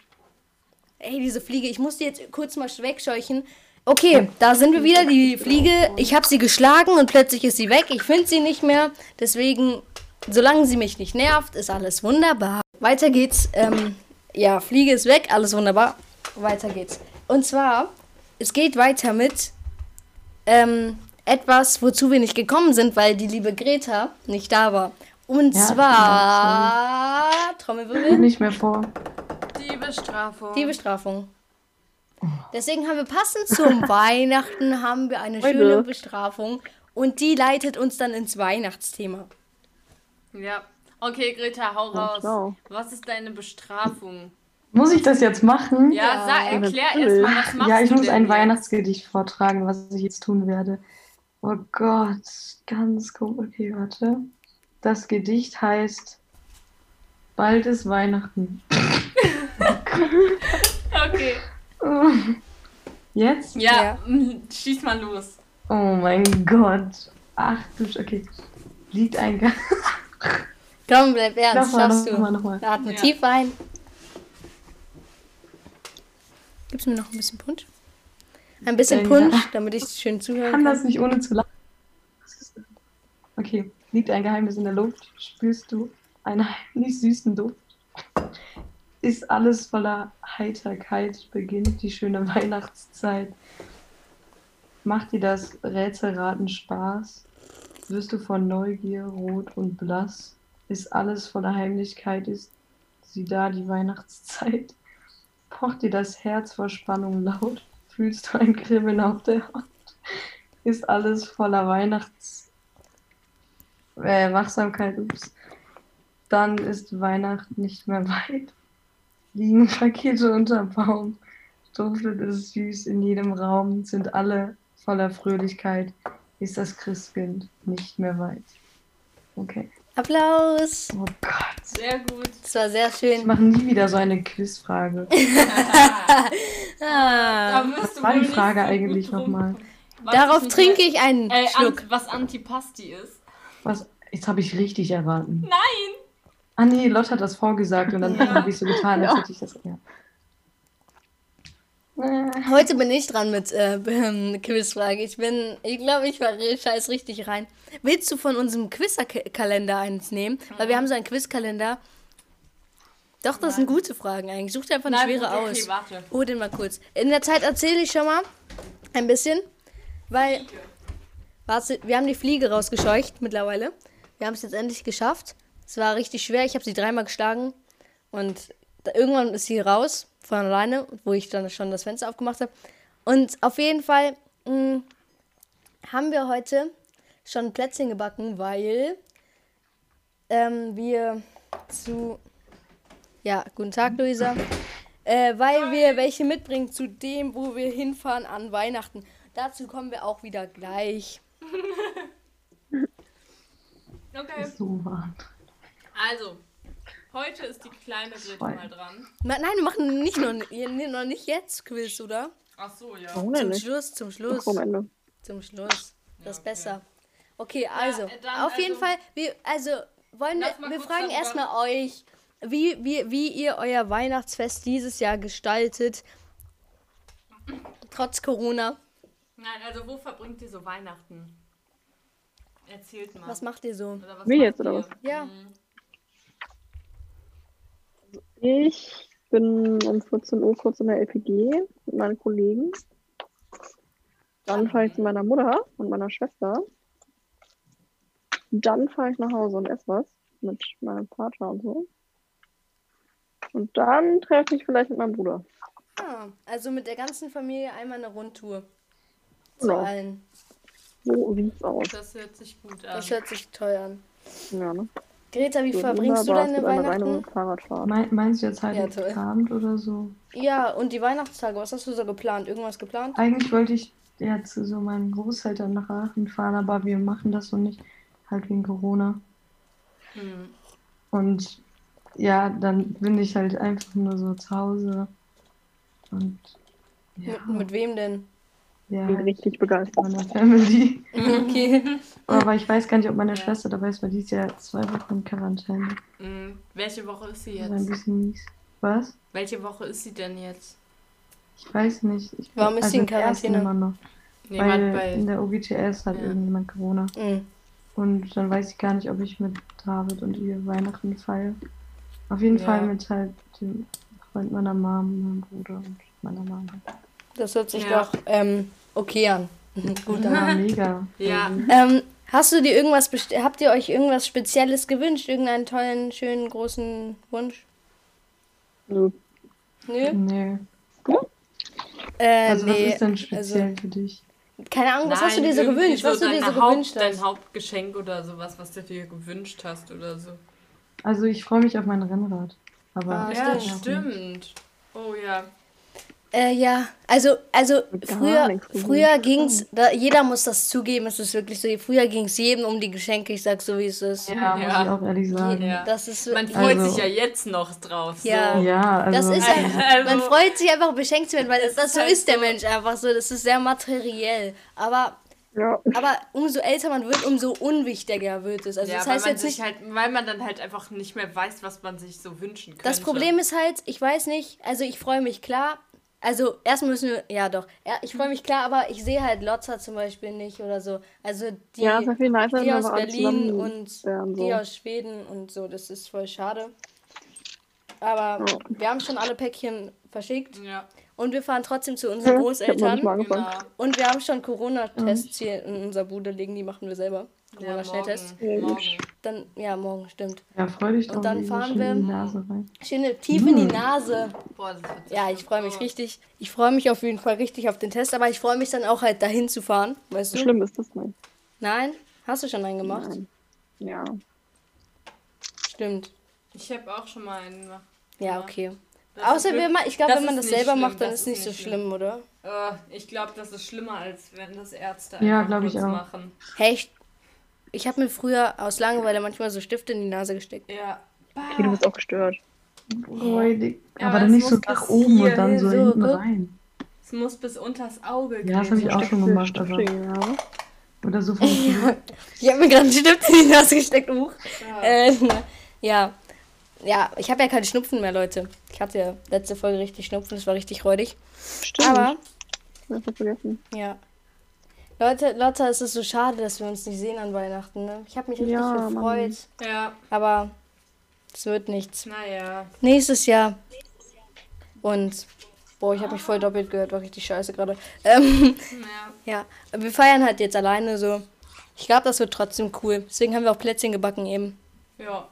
Speaker 2: ey, diese Fliege, ich muss die jetzt kurz mal wegscheuchen. Okay, da sind wir wieder, die Fliege. Ich habe sie geschlagen und plötzlich ist sie weg. Ich finde sie nicht mehr. Deswegen, solange sie mich nicht nervt, ist alles wunderbar. Weiter geht's. Ähm, ja, Fliege ist weg, alles wunderbar. Weiter geht's. Und zwar, es geht weiter mit ähm, etwas, wozu wir nicht gekommen sind, weil die liebe Greta nicht da war. Und
Speaker 1: Ja,
Speaker 2: zwar Ah, Trommelwirbel,
Speaker 1: Nicht mehr vor.
Speaker 4: Die Bestrafung.
Speaker 2: die Bestrafung. Deswegen haben wir passend zum Weihnachten haben wir eine
Speaker 3: Freunde.
Speaker 2: schöne Bestrafung und die leitet uns dann ins Weihnachtsthema.
Speaker 4: ja. Okay, Greta, hau
Speaker 3: Ja,
Speaker 4: raus.
Speaker 3: schlau.
Speaker 4: Was ist deine Bestrafung?
Speaker 1: Muss ich das jetzt machen?
Speaker 4: Ja,
Speaker 2: Ja.
Speaker 4: Sag, erklär
Speaker 3: Natürlich.
Speaker 4: erstmal, was machst
Speaker 1: Ja, ich
Speaker 4: du
Speaker 1: muss
Speaker 4: denn
Speaker 1: ein
Speaker 4: jetzt?
Speaker 1: Weihnachtsgedicht vortragen, was ich jetzt tun werde. Oh Gott, ganz komisch. Okay, warte. Das Gedicht heißt Bald ist Weihnachten.
Speaker 4: Okay.
Speaker 1: Jetzt?
Speaker 4: Ja,
Speaker 2: Ja.
Speaker 4: mm, schieß mal los.
Speaker 1: Oh mein Gott. Ach du Sch okay. Liegt ein ganz.
Speaker 2: Komm, bleib ernst,
Speaker 1: Nochmal,
Speaker 2: schaffst
Speaker 1: nochmal,
Speaker 2: du.
Speaker 1: nochmal.
Speaker 2: Atme
Speaker 4: Ja.
Speaker 2: tief ein. Gibst du mir noch ein bisschen Punsch? Ein bisschen
Speaker 1: Ja.
Speaker 2: Punsch, damit ich schön zuhören
Speaker 1: kann
Speaker 2: kann.
Speaker 1: das nicht ohne zu lachen. Okay, liegt ein Geheimnis in der Luft? Spürst du einen heimlich süßen Duft? Ist alles voller Heiterkeit, beginnt die schöne Weihnachtszeit. Macht dir das Rätselraten Spaß? Wirst du von Neugier rot und blass? Ist alles voller Heimlichkeit, ist sie da, die Weihnachtszeit? Pocht dir das Herz vor Spannung laut? Fühlst du ein Kribbeln auf der Haut? ist alles voller Weihnachts äh, Wachsamkeit, ups. Dann ist Weihnachten nicht mehr weit. Liegen Pakete unterm Baum. Duftet es süß in jedem Raum, sind alle voller Fröhlichkeit. Ist das Christkind nicht mehr weit. Okay.
Speaker 2: Applaus!
Speaker 1: Oh Gott.
Speaker 4: Sehr gut.
Speaker 2: Das war sehr
Speaker 1: Ich
Speaker 2: schön.
Speaker 1: mache nie wieder so eine Quizfrage.
Speaker 4: Da
Speaker 2: Ah.
Speaker 4: wirst du
Speaker 1: Ähm, war die
Speaker 4: wohl nicht
Speaker 1: Frage
Speaker 4: so gut
Speaker 1: eigentlich
Speaker 4: drum
Speaker 1: nochmal?
Speaker 4: kommen. Was
Speaker 2: Darauf
Speaker 4: nicht
Speaker 2: trinke ich einen
Speaker 4: Äh,
Speaker 2: Schluck.
Speaker 4: Ant was Antipasti ist.
Speaker 1: Was? Jetzt habe ich richtig erraten.
Speaker 4: Nein!
Speaker 1: Ah nee, Lotte hat das vorgesagt und dann
Speaker 4: Ja.
Speaker 1: habe ich so getan, als hätte ich das. Ja. Äh.
Speaker 2: Heute bin ich dran mit äh, ähm, Quizfrage. Ich bin, ich glaube, ich war ri- scheiß richtig rein. Willst du von unserem Quizkalender eins nehmen? Weil
Speaker 4: Mhm.
Speaker 2: wir haben so einen Quizkalender. Doch, das sind gute Fragen eigentlich. Such dir einfach eine
Speaker 4: Nein,
Speaker 2: schwere
Speaker 4: gut, okay,
Speaker 2: aus.
Speaker 4: warte.
Speaker 2: Hol den mal kurz. In der Zeit erzähle ich schon mal ein bisschen, weil war's, wir haben die Fliege rausgescheucht mittlerweile. Wir haben es jetzt endlich geschafft. Es war richtig schwer. Ich habe sie dreimal geschlagen. Und da, irgendwann ist sie raus von alleine, wo ich dann schon das Fenster aufgemacht habe. Und auf jeden Fall mh, haben wir heute schon Plätzchen gebacken, weil ähm, wir zu. Ja, guten Tag, Luisa. Äh, weil wir welche mitbringen zu dem, wo wir hinfahren an Weihnachten. Dazu kommen wir auch wieder gleich.
Speaker 4: Okay,
Speaker 1: Ist so warm.
Speaker 4: also, heute ist die kleine Britt mal dran.
Speaker 2: Ma- Nein, wir machen nicht noch, nee, noch nicht jetzt Quiz, oder?
Speaker 4: Ach so, ja.
Speaker 3: Warum denn
Speaker 2: Zum
Speaker 3: nicht?
Speaker 2: Schluss, zum Schluss.
Speaker 3: Ach, am Ende.
Speaker 2: Zum Schluss. Das ist
Speaker 4: okay.
Speaker 2: besser. Okay, also,
Speaker 4: äh, dann
Speaker 2: auf jeden
Speaker 4: also-
Speaker 2: Fall, wir, also, wollen
Speaker 4: Lass
Speaker 2: wir,
Speaker 4: mal
Speaker 2: wir
Speaker 4: kurz
Speaker 2: fragen
Speaker 4: darüber-
Speaker 2: erstmal euch, wie, wie, wie ihr euer Weihnachtsfest dieses Jahr gestaltet. Trotz Corona.
Speaker 4: Nein, also wo verbringt ihr so Weihnachten? Erzählt mal.
Speaker 2: Was macht ihr so?
Speaker 4: oder was
Speaker 3: Mir
Speaker 4: macht
Speaker 3: jetzt, oder
Speaker 4: ihr?
Speaker 3: was?
Speaker 2: Ja.
Speaker 4: Mhm.
Speaker 3: Ich bin um 14 Uhr kurz in der LPG mit meinen Kollegen. Dann fahre ich zu meiner Mutter und meiner Schwester. Dann fahre ich nach Hause und esse was mit meinem Vater und so. Und dann treffe ich mich vielleicht mit meinem Bruder.
Speaker 2: Ah, also mit der ganzen Familie einmal eine Rundtour. Zu
Speaker 3: Genau.
Speaker 2: allen.
Speaker 3: So sieht's aus.
Speaker 4: Das hört sich gut an.
Speaker 2: Das hört sich toll an.
Speaker 3: Ja, ne?
Speaker 2: Greta, wie
Speaker 3: So
Speaker 2: verbringst du
Speaker 3: wunderbar, es
Speaker 2: deine
Speaker 3: wird eine reine
Speaker 2: Weihnachten?
Speaker 3: Fahrradfahrt.
Speaker 1: Mein, meinst du jetzt Heiligabend
Speaker 2: toll.
Speaker 1: Abend oder so?
Speaker 2: Ja, und die Weihnachtstage, was hast du so geplant? Irgendwas geplant?
Speaker 1: Eigentlich wollte ich ja zu so meinen Großeltern nach Aachen fahren, aber wir machen das so nicht. Halt wegen Corona.
Speaker 4: Mhm.
Speaker 1: Und ja, dann bin ich halt einfach nur so zu Hause. Und ja,
Speaker 2: Mit, mit wem denn?
Speaker 1: ja
Speaker 3: Ich bin richtig begeistert.
Speaker 1: meiner Family.
Speaker 2: Okay.
Speaker 1: Aber ich weiß gar nicht, ob meine
Speaker 4: Ja.
Speaker 1: Schwester dabei ist, weil die ist ja zwei Wochen in Quarantäne.
Speaker 4: Mhm. Welche Woche ist sie
Speaker 1: Das ist ein
Speaker 4: jetzt?
Speaker 1: bisschen mies. Was?
Speaker 4: Welche Woche ist sie denn jetzt?
Speaker 1: Ich weiß nicht. Ich
Speaker 2: Warum ist sie in
Speaker 1: die erste
Speaker 2: Quarantäne?
Speaker 1: immer noch.
Speaker 4: Nee,
Speaker 1: weil
Speaker 4: warte, bei.
Speaker 1: in der OGTS hat
Speaker 4: Ja.
Speaker 1: irgendjemand Corona.
Speaker 2: Mm.
Speaker 1: Und dann weiß ich gar nicht, ob ich mit David und ihr Weihnachten feiere. Auf jeden
Speaker 4: Ja.
Speaker 1: Fall mit halt dem Freund meiner Mom, meinem Bruder und meiner Mama.
Speaker 2: Das hört sich
Speaker 4: Ja.
Speaker 2: doch ähm, okay an. Gut
Speaker 1: Ja,
Speaker 2: an.
Speaker 1: mega.
Speaker 4: Ja.
Speaker 2: ähm, hast du dir irgendwas best- habt ihr euch irgendwas Spezielles gewünscht? Irgendeinen tollen, schönen, großen Wunsch?
Speaker 3: Nö.
Speaker 2: Nö?
Speaker 1: Nee.
Speaker 2: Äh,
Speaker 1: Also was
Speaker 2: nee.
Speaker 1: ist denn speziell für dich?
Speaker 2: Keine Ahnung, Oh, was hast du
Speaker 4: Nein,
Speaker 2: dir so
Speaker 4: irgendwie
Speaker 2: gewünscht? was du dir
Speaker 4: deine
Speaker 2: so
Speaker 4: Haupt,
Speaker 2: gewünscht hast?
Speaker 4: Dein Hauptgeschenk oder sowas, was du dir gewünscht hast oder so.
Speaker 1: Also ich freue mich auf mein Rennrad. Aber
Speaker 2: Ah,
Speaker 4: Ja,
Speaker 2: stimmt.
Speaker 4: stimmt. Oh ja.
Speaker 2: Äh, ja, also, also
Speaker 3: Gar
Speaker 2: früher,
Speaker 3: nichts gewünscht.
Speaker 2: früher ging's, da, jeder muss das zugeben, es ist wirklich so, früher ging's jedem um die Geschenke, ich sag so, wie es ist.
Speaker 1: ja, muss
Speaker 4: Ja.
Speaker 1: ich auch ehrlich sagen.
Speaker 4: Ja.
Speaker 2: Das ist,
Speaker 4: Man freut
Speaker 1: Also-
Speaker 4: sich ja jetzt noch drauf.
Speaker 2: Ja.
Speaker 4: So.
Speaker 1: Ja,
Speaker 2: das
Speaker 1: also
Speaker 2: ist ein,
Speaker 4: Also-
Speaker 2: man freut sich einfach um beschenkt zu werden, weil das,
Speaker 4: ist
Speaker 2: so
Speaker 4: halt
Speaker 2: ist der
Speaker 4: so.
Speaker 2: Mensch einfach so, das ist sehr materiell. Aber,
Speaker 3: Ja,
Speaker 2: aber umso älter man wird, umso unwichtiger wird es. Also
Speaker 4: ja,
Speaker 2: das
Speaker 4: weil
Speaker 2: heißt
Speaker 4: man
Speaker 2: jetzt
Speaker 4: sich
Speaker 2: nicht,
Speaker 4: halt, weil man dann halt einfach nicht mehr weiß, was man sich so wünschen könnte.
Speaker 2: das Problem ist halt, ich weiß nicht, also ich freue mich klar, also erstmal müssen wir, ja doch, ja, ich freue mich klar, aber ich sehe halt Lotzer zum Beispiel nicht oder so. Also die,
Speaker 3: ja, es war viel nicer,
Speaker 2: die
Speaker 3: wenn
Speaker 2: aus
Speaker 3: wir alle
Speaker 2: Berlin
Speaker 3: zusammen
Speaker 2: und
Speaker 3: wären, so.
Speaker 2: die aus Schweden und so, das ist voll schade. Aber
Speaker 3: Ja.
Speaker 2: wir haben schon alle Päckchen verschickt
Speaker 4: Ja,
Speaker 2: und wir fahren trotzdem zu unseren
Speaker 3: Ich hab noch nicht mal Mhm.
Speaker 2: Großeltern.
Speaker 3: angefangen.
Speaker 4: genau.
Speaker 2: Und wir haben schon Corona-Tests hier in unserer Bude liegen, die machen wir selber. Corona-Schnelltest.
Speaker 4: Ja, morgen. morgen.
Speaker 2: Dann, ja, morgen, stimmt.
Speaker 1: ja, freu dich doch.
Speaker 2: Und dann
Speaker 1: Lisa,
Speaker 2: fahren
Speaker 1: schön
Speaker 2: wir-
Speaker 1: in die Nase rein.
Speaker 2: Schöne tief in die
Speaker 3: Mhm.
Speaker 2: Nase.
Speaker 4: Boah, das wird Oh,
Speaker 2: Ja, ich freue mich richtig. Ich freue mich auf jeden Fall richtig auf den Test, aber ich freue mich dann auch halt dahin zu fahren, weißt
Speaker 3: So
Speaker 2: du?
Speaker 3: schlimm ist das nicht.
Speaker 2: Nein? Hast du schon einen gemacht?
Speaker 3: Nein. Ja.
Speaker 2: Stimmt.
Speaker 4: Ich habe auch schon mal einen gemacht.
Speaker 2: Ja,
Speaker 4: Ja.
Speaker 2: okay.
Speaker 4: Das
Speaker 2: Außer
Speaker 4: ist
Speaker 2: wenn
Speaker 4: wirklich-
Speaker 2: man, ich glaube,
Speaker 4: das
Speaker 2: wenn man
Speaker 4: ist
Speaker 2: das
Speaker 4: nicht
Speaker 2: selber
Speaker 4: schlimm,
Speaker 2: macht, dann ist
Speaker 4: das ist
Speaker 2: nicht so
Speaker 4: nicht
Speaker 2: schlimm, oder?
Speaker 4: Äh, ich glaube, das ist schlimmer, als wenn das Ärzte
Speaker 1: Ja,
Speaker 4: einfach
Speaker 1: glaub ich
Speaker 4: kurz
Speaker 1: auch.
Speaker 4: machen.
Speaker 2: Hey, ich, ich habe mir früher aus Langeweile manchmal so Stifte in die Nase gesteckt.
Speaker 4: Ja.
Speaker 3: Okay, du bist auch gestört.
Speaker 1: Freudig.
Speaker 4: Ja,
Speaker 1: aber
Speaker 4: aber
Speaker 1: dann
Speaker 4: es
Speaker 1: nicht so
Speaker 4: muss
Speaker 1: nach
Speaker 4: passieren,
Speaker 1: oben und dann so,
Speaker 2: so,
Speaker 1: hinten
Speaker 2: guck.
Speaker 1: rein.
Speaker 4: Es muss bis unters Auge
Speaker 1: Ja, das habe ich auch schon gemacht. Aber,
Speaker 3: Ja.
Speaker 1: oder so vom
Speaker 2: Ich habe mir gerade einen Stift in die Nase gesteckt. Huch.
Speaker 4: Ja.
Speaker 2: Äh, ja. Ja, ich habe ja keinen Schnupfen mehr, Leute. Ich hatte ja letzte Folge richtig Schnupfen, das war richtig räudig.
Speaker 3: Stimmt.
Speaker 2: Aber,
Speaker 3: Das hab ich vergessen.
Speaker 2: ja. Leute, Lotta, es ist so schade, dass wir uns nicht sehen an Weihnachten. Ne? Ich habe mich richtig
Speaker 3: Ja,
Speaker 2: gefreut,
Speaker 3: Mann.
Speaker 4: Ja, aber
Speaker 2: aber es wird nichts.
Speaker 4: naja.
Speaker 2: Nächstes Jahr. Und, boah, ich habe mich voll doppelt gehört, war richtig scheiße gerade. Ähm,
Speaker 4: naja.
Speaker 2: Ja, wir feiern halt jetzt alleine so. Ich glaube, das wird trotzdem cool. Deswegen haben wir auch Plätzchen gebacken eben.
Speaker 4: Ja.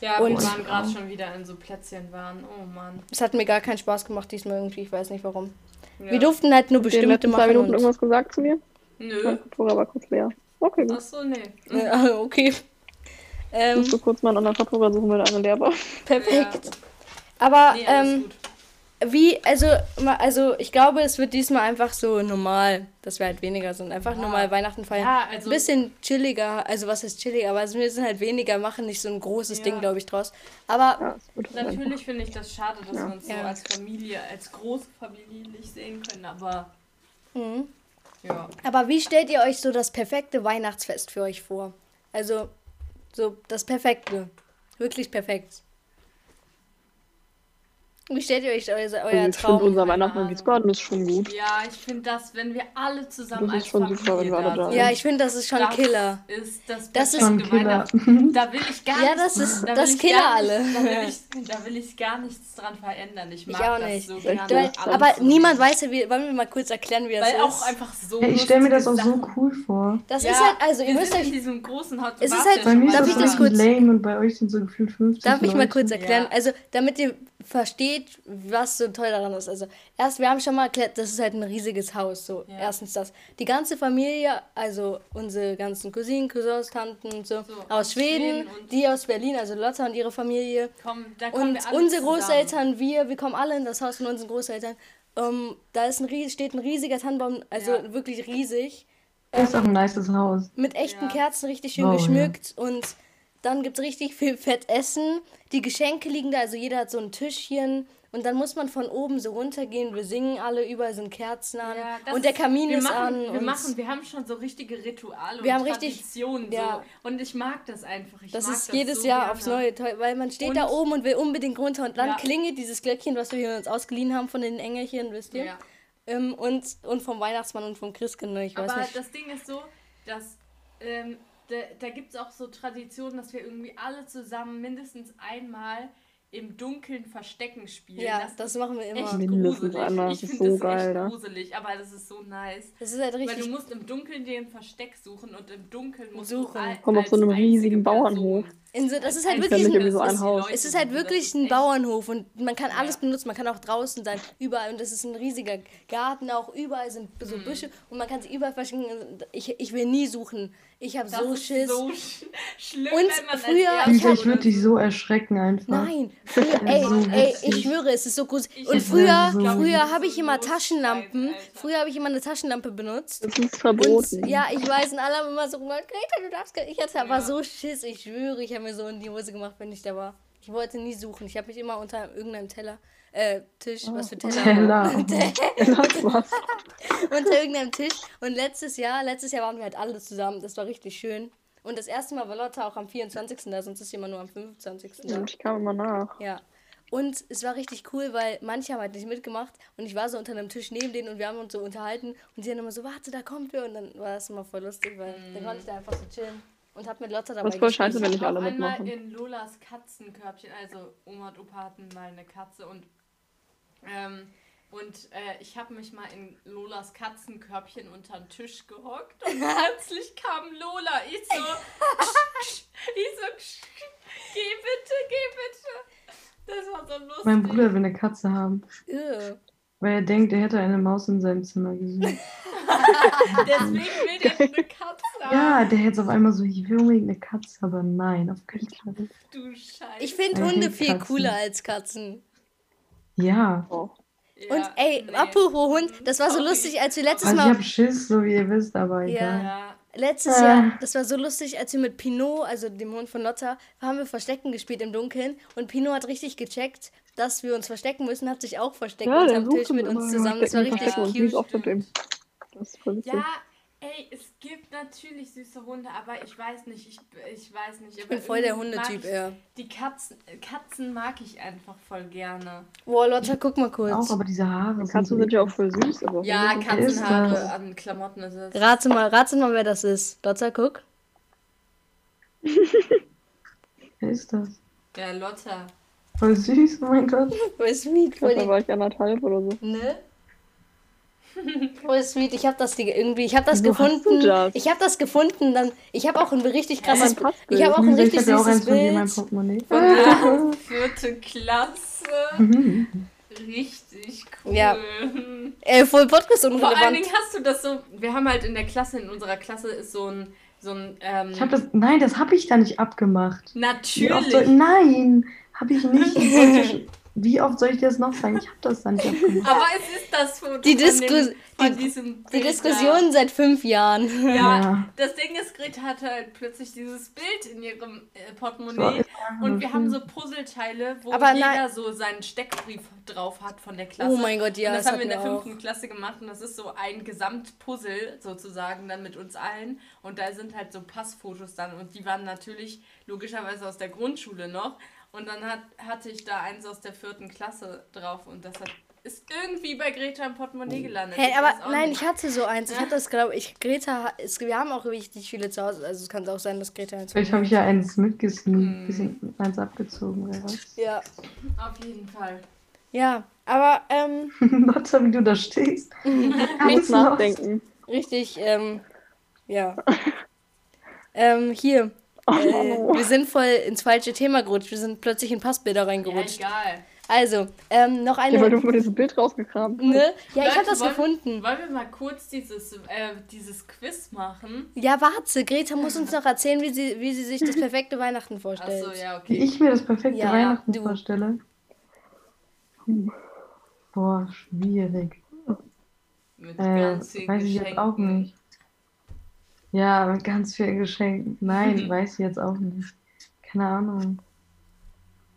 Speaker 4: Ja,
Speaker 2: Und-
Speaker 4: wir waren gerade schon wieder in so Plätzchen waren. Oh Mann.
Speaker 2: Es hat mir gar keinen Spaß gemacht diesmal irgendwie. Ich weiß nicht warum.
Speaker 4: Ja.
Speaker 2: Wir durften halt nur
Speaker 3: in den
Speaker 2: bestimmte
Speaker 3: letzten zwei
Speaker 2: machen. Äh.
Speaker 3: Minuten
Speaker 2: Und,
Speaker 3: irgendwas gesagt zu mir?
Speaker 4: Nö.
Speaker 3: Mein Kopfhörer war kurz leer. Okay, gut.
Speaker 4: Achso, nee.
Speaker 2: äh, okay. Ähm,
Speaker 3: Musst du kurz mal einen anderen Kopfhörer suchen, weil der eine leer war.
Speaker 2: perfekt. Aber
Speaker 4: Nee, alles
Speaker 2: ähm,
Speaker 4: gut.
Speaker 2: wie, also, ma- also ich glaube, es wird diesmal einfach so normal, dass wir halt weniger sind. Einfach normal Weihnachten feiern.
Speaker 4: Ja, also-
Speaker 2: Ein bisschen chilliger, also was heißt chilliger, aber wir sind halt weniger, machen nicht so ein großes
Speaker 4: Ja.
Speaker 2: Ding, glaube ich, draus. Aber
Speaker 3: Ja, ist gut.
Speaker 4: Natürlich finde ich das schade, dass
Speaker 3: Ja.
Speaker 4: wir uns so
Speaker 2: Ja.
Speaker 4: als Familie, als große Familie nicht sehen können, aber
Speaker 2: mhm.
Speaker 4: ja.
Speaker 2: Aber wie stellt ihr euch so das perfekte Weihnachtsfest für euch vor? Also, so das Perfekte. Wirklich perfekt. Wie stellt ihr euch eu
Speaker 3: Also
Speaker 2: euer
Speaker 3: ich finde
Speaker 2: Traum?
Speaker 3: unser Weihnachten in Wiesbaden ist schon gut.
Speaker 4: Ja, ich finde das, wenn wir alle zusammen
Speaker 3: Das ist
Speaker 4: als
Speaker 3: schon
Speaker 4: Familie
Speaker 3: super, wenn wir alle
Speaker 4: da
Speaker 3: da
Speaker 4: sind.
Speaker 3: sind.
Speaker 2: Ja, ich finde, das ist schon
Speaker 4: das
Speaker 2: Killer.
Speaker 4: ist das
Speaker 2: Das ist-
Speaker 4: perfekte
Speaker 1: Schon Killer.
Speaker 4: Weihnachten. Da will ich gar
Speaker 2: Ja,
Speaker 4: nichts-
Speaker 2: das ist-
Speaker 4: da will
Speaker 2: das
Speaker 4: ich
Speaker 2: Killer
Speaker 4: gar
Speaker 2: alle.
Speaker 4: nichts- Da will, ich, da will ich gar nichts dran verändern. Ich
Speaker 2: Ich
Speaker 4: mag
Speaker 2: auch
Speaker 4: das
Speaker 2: nicht.
Speaker 4: so
Speaker 3: Echt
Speaker 4: gerne.
Speaker 2: Weil,
Speaker 3: das
Speaker 4: alle
Speaker 2: aber
Speaker 4: zusammen.
Speaker 2: niemand weiß ja, wie, wollen wir mal kurz erklären, wie das
Speaker 4: Weil
Speaker 2: ist.
Speaker 4: auch einfach so.
Speaker 1: Ja, ich stelle mir das auch
Speaker 4: lustige
Speaker 1: so
Speaker 4: Sachen-
Speaker 1: cool vor.
Speaker 2: das
Speaker 4: Ja,
Speaker 2: ist halt, also ihr
Speaker 4: wir
Speaker 2: müsst
Speaker 4: sind in
Speaker 2: euch,
Speaker 4: diesem großen Hot
Speaker 2: Es ist
Speaker 4: warst
Speaker 2: halt-
Speaker 4: ja
Speaker 1: Bei
Speaker 4: schon
Speaker 1: mir
Speaker 4: mal
Speaker 1: ist
Speaker 2: Darf
Speaker 1: das
Speaker 2: ich
Speaker 1: so
Speaker 2: das
Speaker 4: da.
Speaker 2: kurz-
Speaker 1: lame und bei euch sind so gefühlt 50
Speaker 2: darf ich mal
Speaker 1: Leute.
Speaker 2: kurz erklären,
Speaker 4: Ja.
Speaker 2: also damit ihr versteht, was so toll daran ist. Also erst, wir haben schon mal erklärt, das ist halt ein riesiges Haus, so
Speaker 4: Ja.
Speaker 2: erstens das. Die ganze Familie, also unsere ganzen Cousinen, Cousins, Tanten und so,
Speaker 4: So,
Speaker 2: aus
Speaker 4: aus
Speaker 2: Schweden,
Speaker 4: Schweden und-
Speaker 2: die aus Berlin, also Lotta und ihre Familie,
Speaker 4: Komm, da kommen
Speaker 2: Und
Speaker 4: wir alle
Speaker 2: unsere
Speaker 4: zusammen.
Speaker 2: Großeltern, wir, wir kommen alle in das Haus von unseren Großeltern. Ähm, da ist ein, ries- steht ein riesiger Tannenbaum, also
Speaker 4: Ja.
Speaker 2: wirklich riesig,
Speaker 1: Das ist auch ein nices Haus.
Speaker 2: mit echten
Speaker 4: Ja.
Speaker 2: Kerzen richtig schön
Speaker 1: Oh, ja.
Speaker 2: geschmückt. Und dann gibt es richtig viel Fettessen. Die Geschenke liegen da, also jeder hat so ein Tischchen. Und dann muss man von oben so runtergehen. Wir singen alle, überall sind Kerzen an.
Speaker 4: Ja, das
Speaker 2: und der
Speaker 4: ist-
Speaker 2: Kamin
Speaker 4: wir
Speaker 2: ist
Speaker 4: machen,
Speaker 2: an.
Speaker 4: Wir
Speaker 2: und
Speaker 4: machen, wir haben schon so richtige Rituale
Speaker 2: Wir
Speaker 4: und
Speaker 2: haben richtig-
Speaker 4: Traditionen so.
Speaker 2: ja.
Speaker 4: Und ich mag das einfach. Ich
Speaker 2: das
Speaker 4: mag
Speaker 2: ist
Speaker 4: das
Speaker 2: jedes
Speaker 4: so
Speaker 2: Jahr
Speaker 4: gerne.
Speaker 2: aufs Neue toll, weil man steht
Speaker 4: Und-
Speaker 2: da oben und will unbedingt runter. Und dann
Speaker 4: Ja.
Speaker 2: klingelt dieses Glöckchen, was wir uns ausgeliehen haben von den Engelchen, wisst ihr?
Speaker 4: Ja.
Speaker 2: Ähm, und, und vom Weihnachtsmann und vom Christkind, ne? ich weiß
Speaker 4: Aber
Speaker 2: nicht.
Speaker 4: das Ding ist so, dass ähm, da, da gibt es auch so Traditionen, dass wir irgendwie alle zusammen mindestens einmal im Dunkeln Verstecken spielen.
Speaker 2: ja,
Speaker 4: Das
Speaker 2: das, machen wir
Speaker 4: ist
Speaker 2: immer.
Speaker 4: echt
Speaker 3: Mindestens
Speaker 4: gruselig.
Speaker 3: einmal,
Speaker 4: Ich
Speaker 3: das ist
Speaker 4: finde
Speaker 3: so
Speaker 4: das
Speaker 3: geil,
Speaker 4: echt
Speaker 3: ne?
Speaker 4: gruselig, aber das ist so nice.
Speaker 2: Das ist halt
Speaker 4: Weil du
Speaker 2: richtig.
Speaker 4: musst im Dunkeln dir ein Versteck suchen und im Dunkeln musst
Speaker 2: Suchen.
Speaker 4: du al-
Speaker 3: Komm, auf
Speaker 4: als
Speaker 3: so einem
Speaker 4: einzige
Speaker 3: riesigen
Speaker 4: Person-
Speaker 3: Bauernhof.
Speaker 2: In so, das ist halt
Speaker 4: Als
Speaker 2: wirklich
Speaker 3: Damit
Speaker 2: ein,
Speaker 3: irgendwie so ein
Speaker 4: die
Speaker 3: Haus.
Speaker 4: Leute
Speaker 2: es ist halt
Speaker 4: suchen, das
Speaker 2: wirklich
Speaker 4: ist
Speaker 2: ein
Speaker 4: echt-
Speaker 2: Bauernhof und man kann alles
Speaker 4: Ja.
Speaker 2: benutzen, man kann auch draußen sein, überall und das ist ein riesiger Garten, auch überall sind so
Speaker 4: Mhm.
Speaker 2: Büsche und man kann sich überall verstecken. Ich, ich will nie suchen. Ich habe
Speaker 4: Das
Speaker 2: so
Speaker 4: ist
Speaker 2: Schiss.
Speaker 4: so sch schlimm,
Speaker 2: Und
Speaker 4: wenn man als
Speaker 2: früher-
Speaker 4: Erster
Speaker 2: Ich
Speaker 1: Ich,
Speaker 2: hab-
Speaker 1: ich würde dich so erschrecken einfach.
Speaker 2: Nein, früher, ey,
Speaker 1: so
Speaker 2: ey,
Speaker 1: witzig.
Speaker 2: ich schwöre, es ist so groß.
Speaker 4: Ich
Speaker 2: Und
Speaker 4: hätte
Speaker 2: früher,
Speaker 1: so- Ich glaub,
Speaker 4: das
Speaker 2: früher
Speaker 4: ist
Speaker 2: habe
Speaker 4: so
Speaker 2: ich immer
Speaker 4: ein Notfall,
Speaker 2: Taschenlampen.
Speaker 4: Alter.
Speaker 2: Früher habe ich immer eine Taschenlampe benutzt.
Speaker 3: Das ist
Speaker 2: Und,
Speaker 3: verboten.
Speaker 2: ja, ich weiß, und alle haben immer so gemeint, Greta, du darfst gar nicht. Ich hatte aber
Speaker 4: Ja.
Speaker 2: so Schiss, ich schwöre, ich habe mir so in die Hose gemacht, wenn ich da war. Ich wollte nie suchen. Ich habe mich immer unter irgendeinem Teller, äh, Tisch, was für Teller?
Speaker 1: Teller.
Speaker 3: Das war's.
Speaker 2: unter irgendeinem Tisch. Und letztes Jahr, letztes Jahr waren wir halt alle zusammen. Das war richtig schön. Und das erste Mal war Lotta auch am 24. da, sonst ist sie immer nur am 25. da.
Speaker 3: Und ich kam immer nach.
Speaker 2: Ja. Und es war richtig cool, weil manche haben halt nicht mitgemacht und ich war so unter einem Tisch neben denen und wir haben uns so unterhalten und sie haben immer so, warte, da kommt wer und dann war das immer voll lustig, weil dann konnte ich da einfach so chillen und hab mit Lotta dabei
Speaker 3: Das ist voll scheiße,
Speaker 2: gespielt.
Speaker 3: wenn nicht
Speaker 4: hab
Speaker 3: alle
Speaker 4: auch einmal
Speaker 3: mitmachen.
Speaker 4: in Lolas Katzenkörbchen, also Oma und Opa hatten mal eine Katze und ähm, und äh, ich habe mich mal in Lolas Katzenkörbchen unter den Tisch gehockt und plötzlich kam Lola. Ich so, ich so, geh bitte, geh bitte. Das war so lustig.
Speaker 1: Mein Bruder will eine Katze haben,
Speaker 2: Ew.
Speaker 1: weil er denkt, er hätte eine Maus in seinem Zimmer gesehen.
Speaker 4: Deswegen will der eine Katze haben.
Speaker 1: Ja, der jetzt auf einmal so, ich will unbedingt eine Katze, aber nein, auf keinen Fall.
Speaker 4: Du Scheiße.
Speaker 2: Ich finde
Speaker 1: Ich hate
Speaker 2: Hunde viel
Speaker 1: Katzen.
Speaker 2: cooler als Katzen.
Speaker 1: Ja.
Speaker 3: Oh.
Speaker 4: Ja,
Speaker 2: und ey,
Speaker 4: nee.
Speaker 2: apropos Hund, das war so
Speaker 4: Sorry.
Speaker 2: lustig, als wir letztes
Speaker 1: Also ich
Speaker 2: Mal,
Speaker 1: habe Schiss, so wie ihr wisst, aber egal.
Speaker 4: Ja.
Speaker 2: letztes
Speaker 1: Ah.
Speaker 2: Jahr, das war so lustig, als wir mit Pinot, also dem Hund von Lotta, haben wir Verstecken gespielt im Dunkeln und Pinot hat richtig gecheckt, dass wir uns verstecken müssen, hat sich auch versteckt
Speaker 3: Ja,
Speaker 2: und
Speaker 3: der
Speaker 2: am
Speaker 3: sucht
Speaker 2: Tisch mit
Speaker 3: immer
Speaker 2: uns
Speaker 3: nach
Speaker 2: zusammen. Das war
Speaker 3: Verstecken,
Speaker 2: richtig
Speaker 3: versteckt
Speaker 4: Verstecken.
Speaker 3: und
Speaker 2: cute.
Speaker 3: liegt oft mit dem. Das ist voll witzig.
Speaker 4: Ja, ey, es gibt natürlich süße Hunde, aber ich weiß nicht, ich, ich weiß nicht.
Speaker 2: Ich bin voll der Hundetyp,
Speaker 4: ja.
Speaker 2: ja.
Speaker 4: Die Katzen, Katzen mag ich einfach voll gerne.
Speaker 2: Boah, Lotta, guck mal
Speaker 1: Auch,
Speaker 2: kurz.
Speaker 1: aber diese Haare.
Speaker 3: Katzen sind ja auch voll süß. Aber
Speaker 4: Ja,
Speaker 3: Hunde sind-
Speaker 1: Katzenhaare
Speaker 4: Katzenhaare
Speaker 1: das?
Speaker 4: an Klamotten ist es.
Speaker 2: Rate mal, rate mal, wer das ist. Lotta, guck.
Speaker 1: Wer ist das?
Speaker 4: Ja, Lotta.
Speaker 1: Voll süß, oh mein Gott.
Speaker 2: Voll sweet,
Speaker 4: Ne?
Speaker 3: Ich glaube, da war ich anderthalb oder so.
Speaker 2: Ne? Oh, sweet, ich habe das die- irgendwie, ich habe das
Speaker 3: Wo hast
Speaker 2: gefunden.
Speaker 3: du das?
Speaker 2: Ich habe das gefunden, dann ich habe auch ein richtig krasses
Speaker 3: Mein Passbild.
Speaker 2: Ich habe auch ein
Speaker 1: Lisa, ich
Speaker 2: richtig
Speaker 1: habe ja
Speaker 2: süßes
Speaker 1: auch eins von dir in meinem
Speaker 2: Bild.
Speaker 1: Portemonnaie.
Speaker 4: Von der vierten Klasse.
Speaker 1: Mhm.
Speaker 4: Richtig cool.
Speaker 2: Ja. Äh, voll Podcast
Speaker 4: Vor allen
Speaker 2: unrelevant.
Speaker 4: Dingen hast du das so. Wir haben halt in der Klasse, in unserer Klasse ist so ein. So ein ähm,
Speaker 1: Ich habe das, nein, das habe ich da nicht abgemacht. Wie oft soll,
Speaker 4: Natürlich.
Speaker 1: nein, habe ich nicht. Ich wollte, wie oft soll ich dir das noch sagen? Ich habe das da nicht abgemacht.
Speaker 4: Aber es ist das Foto
Speaker 2: Die
Speaker 4: von,
Speaker 2: Disku-
Speaker 4: dem, von
Speaker 2: die-
Speaker 4: diesem
Speaker 2: Die
Speaker 4: Bild da.
Speaker 2: Diskussion seit fünf Jahren.
Speaker 4: Ja,
Speaker 1: Ja.
Speaker 4: das Ding ist, Greta hatte halt plötzlich dieses Bild in ihrem äh,
Speaker 1: So,
Speaker 4: Portemonnaie
Speaker 1: ist einfach
Speaker 4: und wir
Speaker 1: schlimm.
Speaker 4: haben so Puzzleteile, wo
Speaker 2: Aber
Speaker 4: jeder
Speaker 2: nein.
Speaker 4: so seinen Steckbrief drauf hat von der Klasse.
Speaker 2: Oh mein Gott, ja,
Speaker 4: und das, haben wir in
Speaker 2: hatten
Speaker 4: der
Speaker 2: wir auch.
Speaker 4: fünften Klasse gemacht und das ist so ein Gesamtpuzzle sozusagen dann mit uns allen und da sind halt so Passfotos dann und die waren natürlich logischerweise aus der Grundschule noch und dann hat, hatte ich da eins aus der vierten Klasse drauf und das hat, ist irgendwie bei Greta im Portemonnaie gelandet.
Speaker 2: Hey,
Speaker 4: Ich weiß
Speaker 2: aber
Speaker 4: auch
Speaker 2: nein,
Speaker 4: nicht.
Speaker 2: ich hatte so eins. Ich hatte das, glaube ich, Greta, ha- es, wir haben auch richtig viele zu Hause. Also es kann auch sein, dass Greta eins
Speaker 1: Vielleicht habe ich ja eins mitgesneakt, bisschen eins abgezogen oder was.
Speaker 2: Ja.
Speaker 4: auf jeden Fall.
Speaker 2: Ja, aber ähm,
Speaker 1: Lotta, wie du da stehst.
Speaker 3: muss
Speaker 1: Ganz lost.
Speaker 3: nachdenken.
Speaker 2: richtig, ähm, ja. ähm, hier.
Speaker 3: Oh,
Speaker 2: Äh, wir sind voll ins falsche Thema gerutscht. Wir sind plötzlich in Passbilder reingerutscht.
Speaker 4: Ja, egal.
Speaker 2: also, ähm, noch eine.
Speaker 3: ja, weil du von diesem Bild rausgekramt hast.
Speaker 2: ne? Ja, ich habe
Speaker 4: Leute,
Speaker 2: das
Speaker 4: wollen-
Speaker 2: gefunden.
Speaker 4: Wollen wir mal kurz dieses, äh, dieses Quiz machen?
Speaker 2: Ja, warte, Greta muss uns noch erzählen, wie sie, wie sie sich das perfekte Weihnachten vorstellt.
Speaker 4: Achso, ja, okay.
Speaker 1: Wie ich mir das perfekte
Speaker 2: Ja,
Speaker 1: Weihnachten
Speaker 2: du.
Speaker 1: vorstelle. Boah, schwierig.
Speaker 4: Mit
Speaker 1: Äh,
Speaker 4: ganz vielen
Speaker 1: weiß ich jetzt auch
Speaker 4: Geschenken.
Speaker 1: nicht. Ja, mit ganz vielen Geschenken. Nein, weiß ich jetzt auch nicht. Keine Ahnung.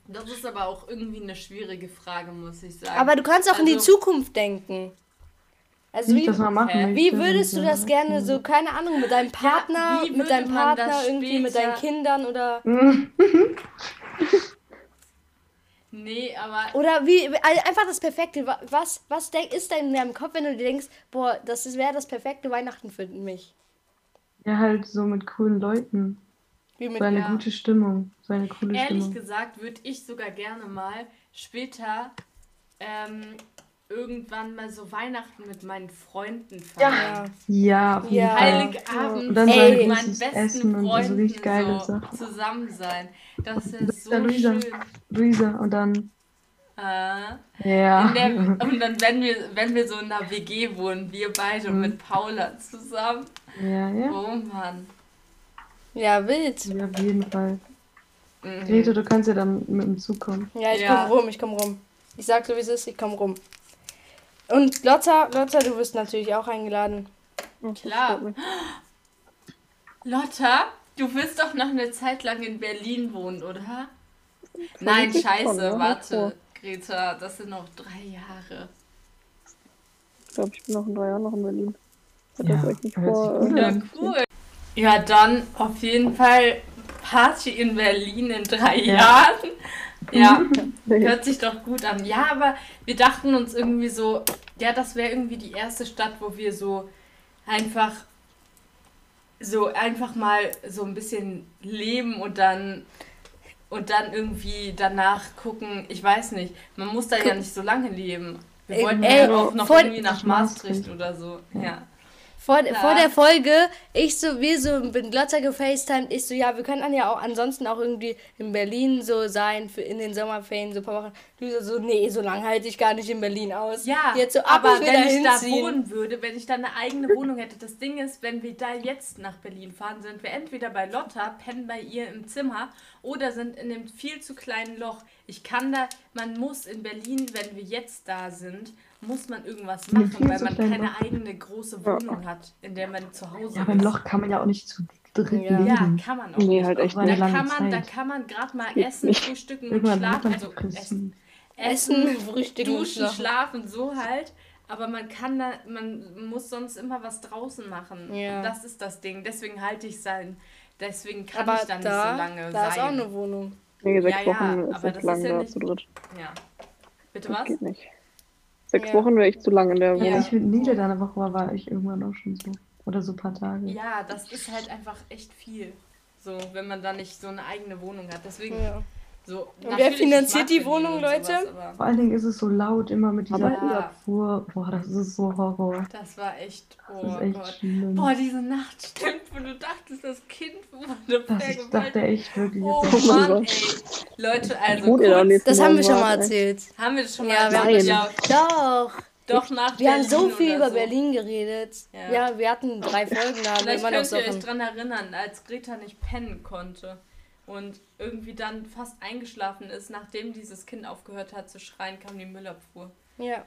Speaker 4: Das ist aber auch irgendwie eine schwierige Frage, muss ich sagen.
Speaker 2: Aber du kannst auch in die
Speaker 4: Also-
Speaker 2: Zukunft denken. Also
Speaker 1: Wie ich
Speaker 2: wie,
Speaker 1: das mal machen
Speaker 4: Hä?
Speaker 1: möchte. ne?
Speaker 2: wie würdest du
Speaker 1: Ja,
Speaker 3: ne?
Speaker 2: das gerne so, keine Ahnung, mit deinem Partner,
Speaker 4: wie
Speaker 2: mit
Speaker 4: würde
Speaker 2: deinem
Speaker 4: man das
Speaker 2: Partner, irgendwie mit deinen
Speaker 4: später-
Speaker 2: Kindern oder.
Speaker 4: Nee,
Speaker 1: Oh,
Speaker 4: aber
Speaker 2: Oder wie, also einfach das perfekte, wa- was, was denk, ist da in deinem Kopf, wenn du dir denkst, boah, das ist- wäre das perfekte Weihnachten für mich?
Speaker 1: Ja, halt so mit coolen Leuten.
Speaker 2: Wie mit,
Speaker 1: So eine
Speaker 4: ja.
Speaker 1: gute Stimmung. So eine coole
Speaker 4: ehrlich
Speaker 1: Stimmung.
Speaker 4: gesagt würde ich sogar gerne mal später ähm, irgendwann mal so Weihnachten mit meinen Freunden
Speaker 2: ja.
Speaker 4: feiern.
Speaker 1: Ja, auf jeden
Speaker 2: Ja.
Speaker 1: Fall.
Speaker 4: Heiligabend
Speaker 1: Und dann
Speaker 2: so
Speaker 4: mit
Speaker 2: ein
Speaker 4: meinen
Speaker 1: großes
Speaker 4: besten
Speaker 1: Essen und so
Speaker 4: Freunden
Speaker 1: richtig geile
Speaker 4: so
Speaker 1: Sachen.
Speaker 4: zusammen sein. Das ist so
Speaker 1: Luisa, Luisa.
Speaker 4: schön.
Speaker 1: Luisa und dann.
Speaker 4: Äh,
Speaker 1: Ja.
Speaker 4: In der, und dann, wenn wir, wenn wir so in einer WG wohnen, wir beide
Speaker 1: Mhm.
Speaker 4: mit Paula zusammen.
Speaker 1: ja, ja.
Speaker 4: Oh Mann.
Speaker 2: ja, wild.
Speaker 1: Ja, auf jeden Fall.
Speaker 4: Mhm.
Speaker 1: Grete, du kannst ja dann mit dem Zug kommen.
Speaker 2: Ja, ich
Speaker 4: Ja.
Speaker 2: komm rum, ich komm rum. Ich sag so, wie es ist, ich komm rum. Und Lotta, Lotta, du wirst natürlich auch eingeladen.
Speaker 3: Oh,
Speaker 4: Klar.
Speaker 3: das freut mich.
Speaker 4: Lotta, du wirst doch noch eine Zeit lang in Berlin wohnen, oder? Nein,
Speaker 3: Vermutlich
Speaker 4: scheiße,
Speaker 3: schon, ne?
Speaker 4: warte, Greta, das sind noch drei Jahre.
Speaker 3: Ich glaube, ich bin noch in drei Jahren noch in Berlin. Hat
Speaker 1: Ja,
Speaker 3: das euch nicht
Speaker 1: hört sich
Speaker 3: vor.
Speaker 1: gut
Speaker 3: äh,
Speaker 1: an.
Speaker 4: Ja, cool. Ja, dann auf jeden Fall Party in Berlin in drei
Speaker 1: Ja. Mhm.
Speaker 4: Jahren. Ja,
Speaker 3: nee.
Speaker 4: hört sich doch gut an. Ja, aber wir dachten uns irgendwie so, ja, das wäre irgendwie die erste Stadt, wo wir so einfach so einfach mal so ein bisschen leben und dann und dann irgendwie danach gucken, ich weiß nicht, man muss da ja nicht so lange leben. Wir
Speaker 2: Ey,
Speaker 4: wollten
Speaker 2: ey,
Speaker 4: ja auch noch
Speaker 2: voll-
Speaker 4: irgendwie nach Maastricht oder so. Ja.
Speaker 2: Vor,
Speaker 4: Ja.
Speaker 2: vor der Folge, ich so, wir so mit Glotter gefacetimed, ich so, ja, wir können dann ja auch ansonsten auch irgendwie in Berlin so sein, für in den Sommerferien, so ein paar Wochen. Du so, so nee, so lange halte ich gar nicht in Berlin aus.
Speaker 4: Ja,
Speaker 2: jetzt so, ab,
Speaker 4: aber
Speaker 2: ich will da
Speaker 4: wenn ich da
Speaker 2: hinziehen.
Speaker 4: wohnen würde, wenn ich da eine eigene Wohnung hätte, das Ding ist, wenn wir da jetzt nach Berlin fahren, sind wir entweder bei Lotta, pennen bei ihr im Zimmer oder sind in dem viel zu kleinen Loch. Ich kann da, man muss in Berlin, wenn wir jetzt da sind, muss man irgendwas
Speaker 1: In dem
Speaker 4: machen,
Speaker 1: viel
Speaker 4: weil
Speaker 1: zu
Speaker 4: man
Speaker 1: kleinen
Speaker 4: keine
Speaker 1: Loch.
Speaker 4: eigene große Wohnung hat, in der man zu Hause
Speaker 1: Ja, beim Loch kann man ja auch nicht zu dritt
Speaker 2: Ja.
Speaker 1: leben.
Speaker 4: Ja, kann man auch.
Speaker 3: Nee,
Speaker 4: nicht.
Speaker 3: halt echt
Speaker 4: da
Speaker 1: nicht.
Speaker 4: kann
Speaker 1: Lange
Speaker 4: man, da
Speaker 1: Zeit.
Speaker 4: kann man gerade mal
Speaker 3: Geht
Speaker 4: essen,
Speaker 3: nicht.
Speaker 4: frühstücken und
Speaker 1: Irgendwann hat
Speaker 4: schlafen.
Speaker 1: man zu
Speaker 4: Also essen,
Speaker 1: küssen.
Speaker 2: Essen, Frühstück und
Speaker 4: duschen,
Speaker 2: schlafen.
Speaker 4: schlafen, so halt. Aber man kann da, man muss sonst immer was draußen machen.
Speaker 2: Ja.
Speaker 4: Und Das ist das Ding. Deswegen halte ich sein. Deswegen kann
Speaker 2: Aber
Speaker 4: ich dann
Speaker 2: da,
Speaker 4: nicht so lange
Speaker 2: da ist auch
Speaker 4: sein.
Speaker 2: eine Wohnung.
Speaker 3: Nee, sechs
Speaker 4: Ja, ja,
Speaker 3: Wochen
Speaker 4: aber
Speaker 3: ist nicht
Speaker 4: das
Speaker 3: lang
Speaker 4: ist ja
Speaker 3: da
Speaker 4: nicht-
Speaker 3: zu dritt.
Speaker 4: ja. Bitte
Speaker 3: Das
Speaker 4: was?
Speaker 3: geht nicht. Sechs
Speaker 2: Ja.
Speaker 3: Wochen wäre ich zu lang in der
Speaker 4: Ja.
Speaker 1: Ja,
Speaker 3: Wohnung.
Speaker 1: ich bin nieder da eine Woche, aber war ich irgendwann auch schon so. Oder so ein paar Tage.
Speaker 4: Ja, das ist halt einfach echt viel. So, wenn man da nicht so eine eigene Wohnung hat. Deswegen
Speaker 2: Ja.
Speaker 4: So,
Speaker 2: wer
Speaker 4: natürlich, ich
Speaker 2: finanziert
Speaker 4: mag
Speaker 2: die
Speaker 4: Berlin
Speaker 2: Wohnung,
Speaker 4: und
Speaker 2: Leute?
Speaker 4: aber
Speaker 1: Vor allen Dingen ist es so laut immer mit dieser
Speaker 3: Aber-
Speaker 4: Ja.
Speaker 1: Fuhr. Boah, das ist so Horror.
Speaker 4: das war echt, oh
Speaker 1: Das ist echt
Speaker 4: Gott.
Speaker 1: schlimm.
Speaker 4: Boah, diese Nacht stimmt, wo du dachtest, das Kind wurde
Speaker 1: dass ich
Speaker 4: vergewaltigt.
Speaker 1: dachte echt wirklich.
Speaker 4: Oh
Speaker 1: jetzt-
Speaker 3: mein
Speaker 4: Mann, ey. Leute, also
Speaker 3: Wurde dann
Speaker 4: kurz,
Speaker 3: jetzt-
Speaker 2: Das
Speaker 3: Genau,
Speaker 2: haben wir schon mal
Speaker 3: warte.
Speaker 2: erzählt.
Speaker 4: haben wir das schon mal
Speaker 2: Ja, wir haben
Speaker 3: Nein.
Speaker 2: das
Speaker 4: ja,
Speaker 2: schon. Doch.
Speaker 4: doch nach
Speaker 2: Wir haben so
Speaker 4: Berlin
Speaker 2: viel
Speaker 4: oder
Speaker 2: über
Speaker 4: so.
Speaker 2: Berlin geredet.
Speaker 4: Ja.
Speaker 2: Ja. wir hatten drei Folgen, da haben wir
Speaker 4: Vielleicht
Speaker 2: immer noch
Speaker 4: könnt ihr
Speaker 2: Sachen.
Speaker 4: euch dran erinnern, als Greta nicht pennen konnte und irgendwie dann fast eingeschlafen ist, nachdem dieses Kind aufgehört hat zu schreien, kam die Müllabfuhr.
Speaker 2: Ja.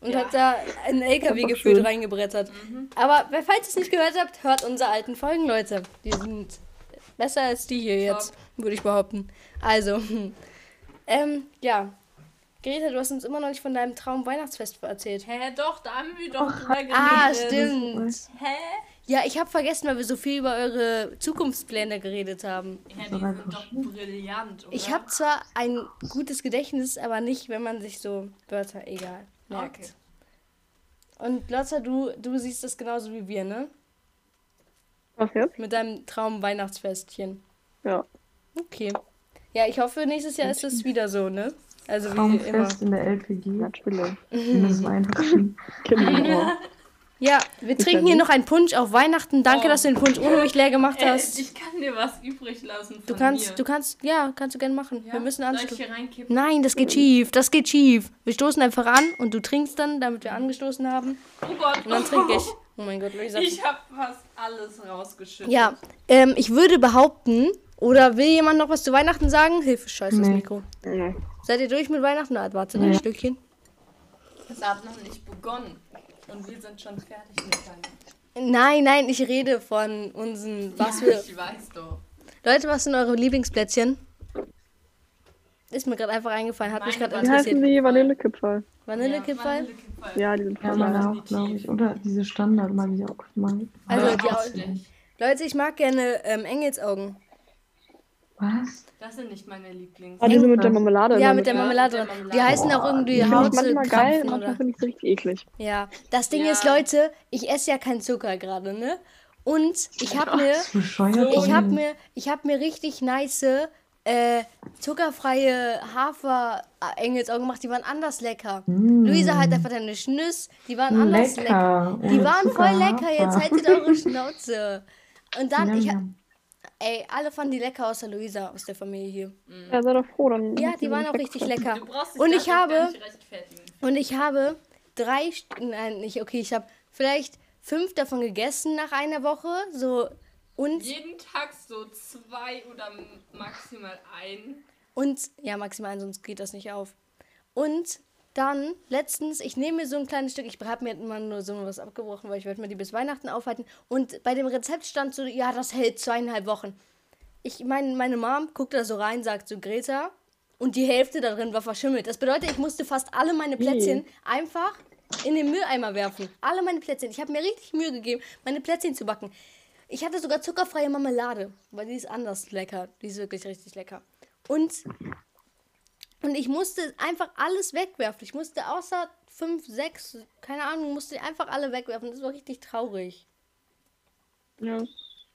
Speaker 2: Und
Speaker 4: Ja. Mhm.
Speaker 2: hat da einen LKW
Speaker 3: Das ist
Speaker 2: gefühlt
Speaker 3: schön.
Speaker 2: reingebrettert. Aber wer- falls ihr es nicht gehört habt, hört unsere alten Folgen, Leute. Die sind besser als die hier jetzt, würde ich behaupten. Also, ähm, ja. Greta, du hast uns immer noch nicht von deinem Traum-Weihnachtsfest erzählt.
Speaker 4: Hä, doch, da haben wir doch drüber geredet.
Speaker 2: Ah, stimmt.
Speaker 4: Hä?
Speaker 2: Ja, ich habe vergessen, weil wir so viel über eure Zukunftspläne geredet haben.
Speaker 4: Ja, die
Speaker 1: doch
Speaker 4: sind
Speaker 1: einfach
Speaker 4: doch
Speaker 1: schlimm.
Speaker 4: brillant, oder?
Speaker 2: Ich habe zwar ein gutes Gedächtnis, aber nicht, wenn man sich so Wörter egal merkt.
Speaker 4: Ah, Okay.
Speaker 2: Und Lotta, du, du siehst das genauso wie wir, ne?
Speaker 3: Was jetzt?
Speaker 2: Mit deinem Traum-Weihnachtsfestchen.
Speaker 3: Ja.
Speaker 2: Okay. Ja, ich hoffe, nächstes Jahr ist es wieder so, ne? Also wie immer.
Speaker 1: Traumfest in der LPG.
Speaker 3: Natürlich.
Speaker 1: Das war einfach schlimm.
Speaker 3: Genau.
Speaker 2: Ja, wir trinken hier noch einen Punsch auf Weihnachten. Danke,
Speaker 4: Oh.
Speaker 2: dass du den Punsch ohne mich leer gemacht
Speaker 4: Äh,
Speaker 2: hast.
Speaker 4: ich kann dir was übrig lassen. Von
Speaker 2: du kannst,
Speaker 4: mir.
Speaker 2: du kannst, ja, kannst du gerne machen.
Speaker 4: ja?
Speaker 2: Wir müssen
Speaker 4: Soll ich
Speaker 2: anstoßen.
Speaker 4: hier reinkippen?
Speaker 2: Nein, das geht schief, das geht schief. Wir stoßen einfach an und du trinkst dann, damit wir angestoßen haben.
Speaker 4: Oh Gott.
Speaker 2: Und dann trinke ich. Oh mein Gott, Luisa.
Speaker 4: Ich habe fast alles rausgeschüttet.
Speaker 2: Ja, ähm, ich würde behaupten, oder will jemand noch was zu Weihnachten sagen? Hilfe, scheiße, das
Speaker 1: Nee.
Speaker 2: Mikro.
Speaker 3: Ja.
Speaker 2: Seid ihr durch mit Weihnachten? Na, warte, ein Stückchen.
Speaker 4: Es hat noch nicht begonnen. Und wir sind schon fertig mit deinem.
Speaker 2: Nein, nein, ich rede von unseren. Was
Speaker 4: ja,
Speaker 2: wir.
Speaker 4: Ich weiß doch.
Speaker 2: Leute, was sind eure Lieblingsplätzchen? Ist mir gerade einfach eingefallen, hat mich
Speaker 4: Meine
Speaker 2: gerade
Speaker 4: Vanille-
Speaker 3: Wie heißen
Speaker 2: interessiert.
Speaker 3: die? Vanillekipferl.
Speaker 2: Vanillekipferl?
Speaker 4: Vanillekipferl.
Speaker 3: Ja, die sind
Speaker 1: Ja,
Speaker 3: voll
Speaker 1: meine
Speaker 3: ja,
Speaker 1: auch, glaube ich. Oder diese Standard mag ich auch mal.
Speaker 2: Also, die
Speaker 4: auch
Speaker 2: Au- Leute, ich mag gerne ähm, Engelsaugen.
Speaker 1: Was?
Speaker 4: Das sind nicht meine Lieblings.
Speaker 3: Ah, die sind mit der Marmelade.
Speaker 2: Ja,
Speaker 3: drin.
Speaker 2: mit der
Speaker 4: ja,
Speaker 2: Marmelade
Speaker 4: mit der
Speaker 2: drin. Die
Speaker 4: Marmelade.
Speaker 2: heißen auch irgendwie
Speaker 3: Die finde ich
Speaker 2: Haute
Speaker 3: manchmal geil,
Speaker 2: Krapfen
Speaker 3: manchmal
Speaker 2: oder.
Speaker 3: finde ich sie richtig eklig.
Speaker 2: Ja, das Ding
Speaker 4: Ja.
Speaker 2: ist, Leute, ich esse ja keinen Zucker gerade, ne? Und ich
Speaker 4: Oh
Speaker 2: habe mir.
Speaker 1: Das ist bescheuert.
Speaker 2: Ich habe mir, ich hab mir richtig nice äh, zuckerfreie Hafer-Engelsaugen gemacht. Die waren anders lecker. Luisa halt einfach deine Schnüss. Die waren anders lecker.
Speaker 1: Mm. lecker.
Speaker 2: Die
Speaker 1: Ohne
Speaker 2: waren
Speaker 1: Zucker,
Speaker 2: voll lecker. Jetzt
Speaker 1: Hafer.
Speaker 2: haltet eure Schnauze. Und dann, ich,
Speaker 1: Yum,
Speaker 2: ey, alle fanden die lecker, außer Luisa aus der Familie hier.
Speaker 3: Ja, sei doch froh. Dann
Speaker 2: Mhm. Ja, die waren auch richtig lecker.
Speaker 4: Du brauchst dich
Speaker 2: Und ich
Speaker 4: dafür gar
Speaker 2: habe,
Speaker 4: nicht rechtfertigen.
Speaker 2: und ich habe drei, St- nein, nicht, okay, ich habe vielleicht fünf davon gegessen nach einer Woche. So, und
Speaker 4: Jeden Tag so zwei oder maximal ein.
Speaker 2: Und, ja, maximal, sonst geht das nicht auf. Und dann, letztens, ich nehme mir so ein kleines Stück, ich habe mir immer nur so was abgebrochen, weil ich wollte mir die bis Weihnachten aufhalten. Und bei dem Rezept stand so, ja, das hält zweieinhalb Wochen. Ich meine, meine Mom guckt da so rein, sagt so, Greta, und die Hälfte da drin war verschimmelt. Das bedeutet, ich musste fast alle meine Plätzchen einfach in den Mülleimer werfen. Alle meine Plätzchen. Ich habe mir richtig Mühe gegeben, meine Plätzchen zu backen. Ich hatte sogar zuckerfreie Marmelade, weil die ist anders lecker. Die ist wirklich richtig lecker. Und, und ich musste einfach alles wegwerfen. Ich musste außer fünf, sechs, keine Ahnung, musste ich einfach alle wegwerfen. Das war richtig traurig.
Speaker 3: Ja.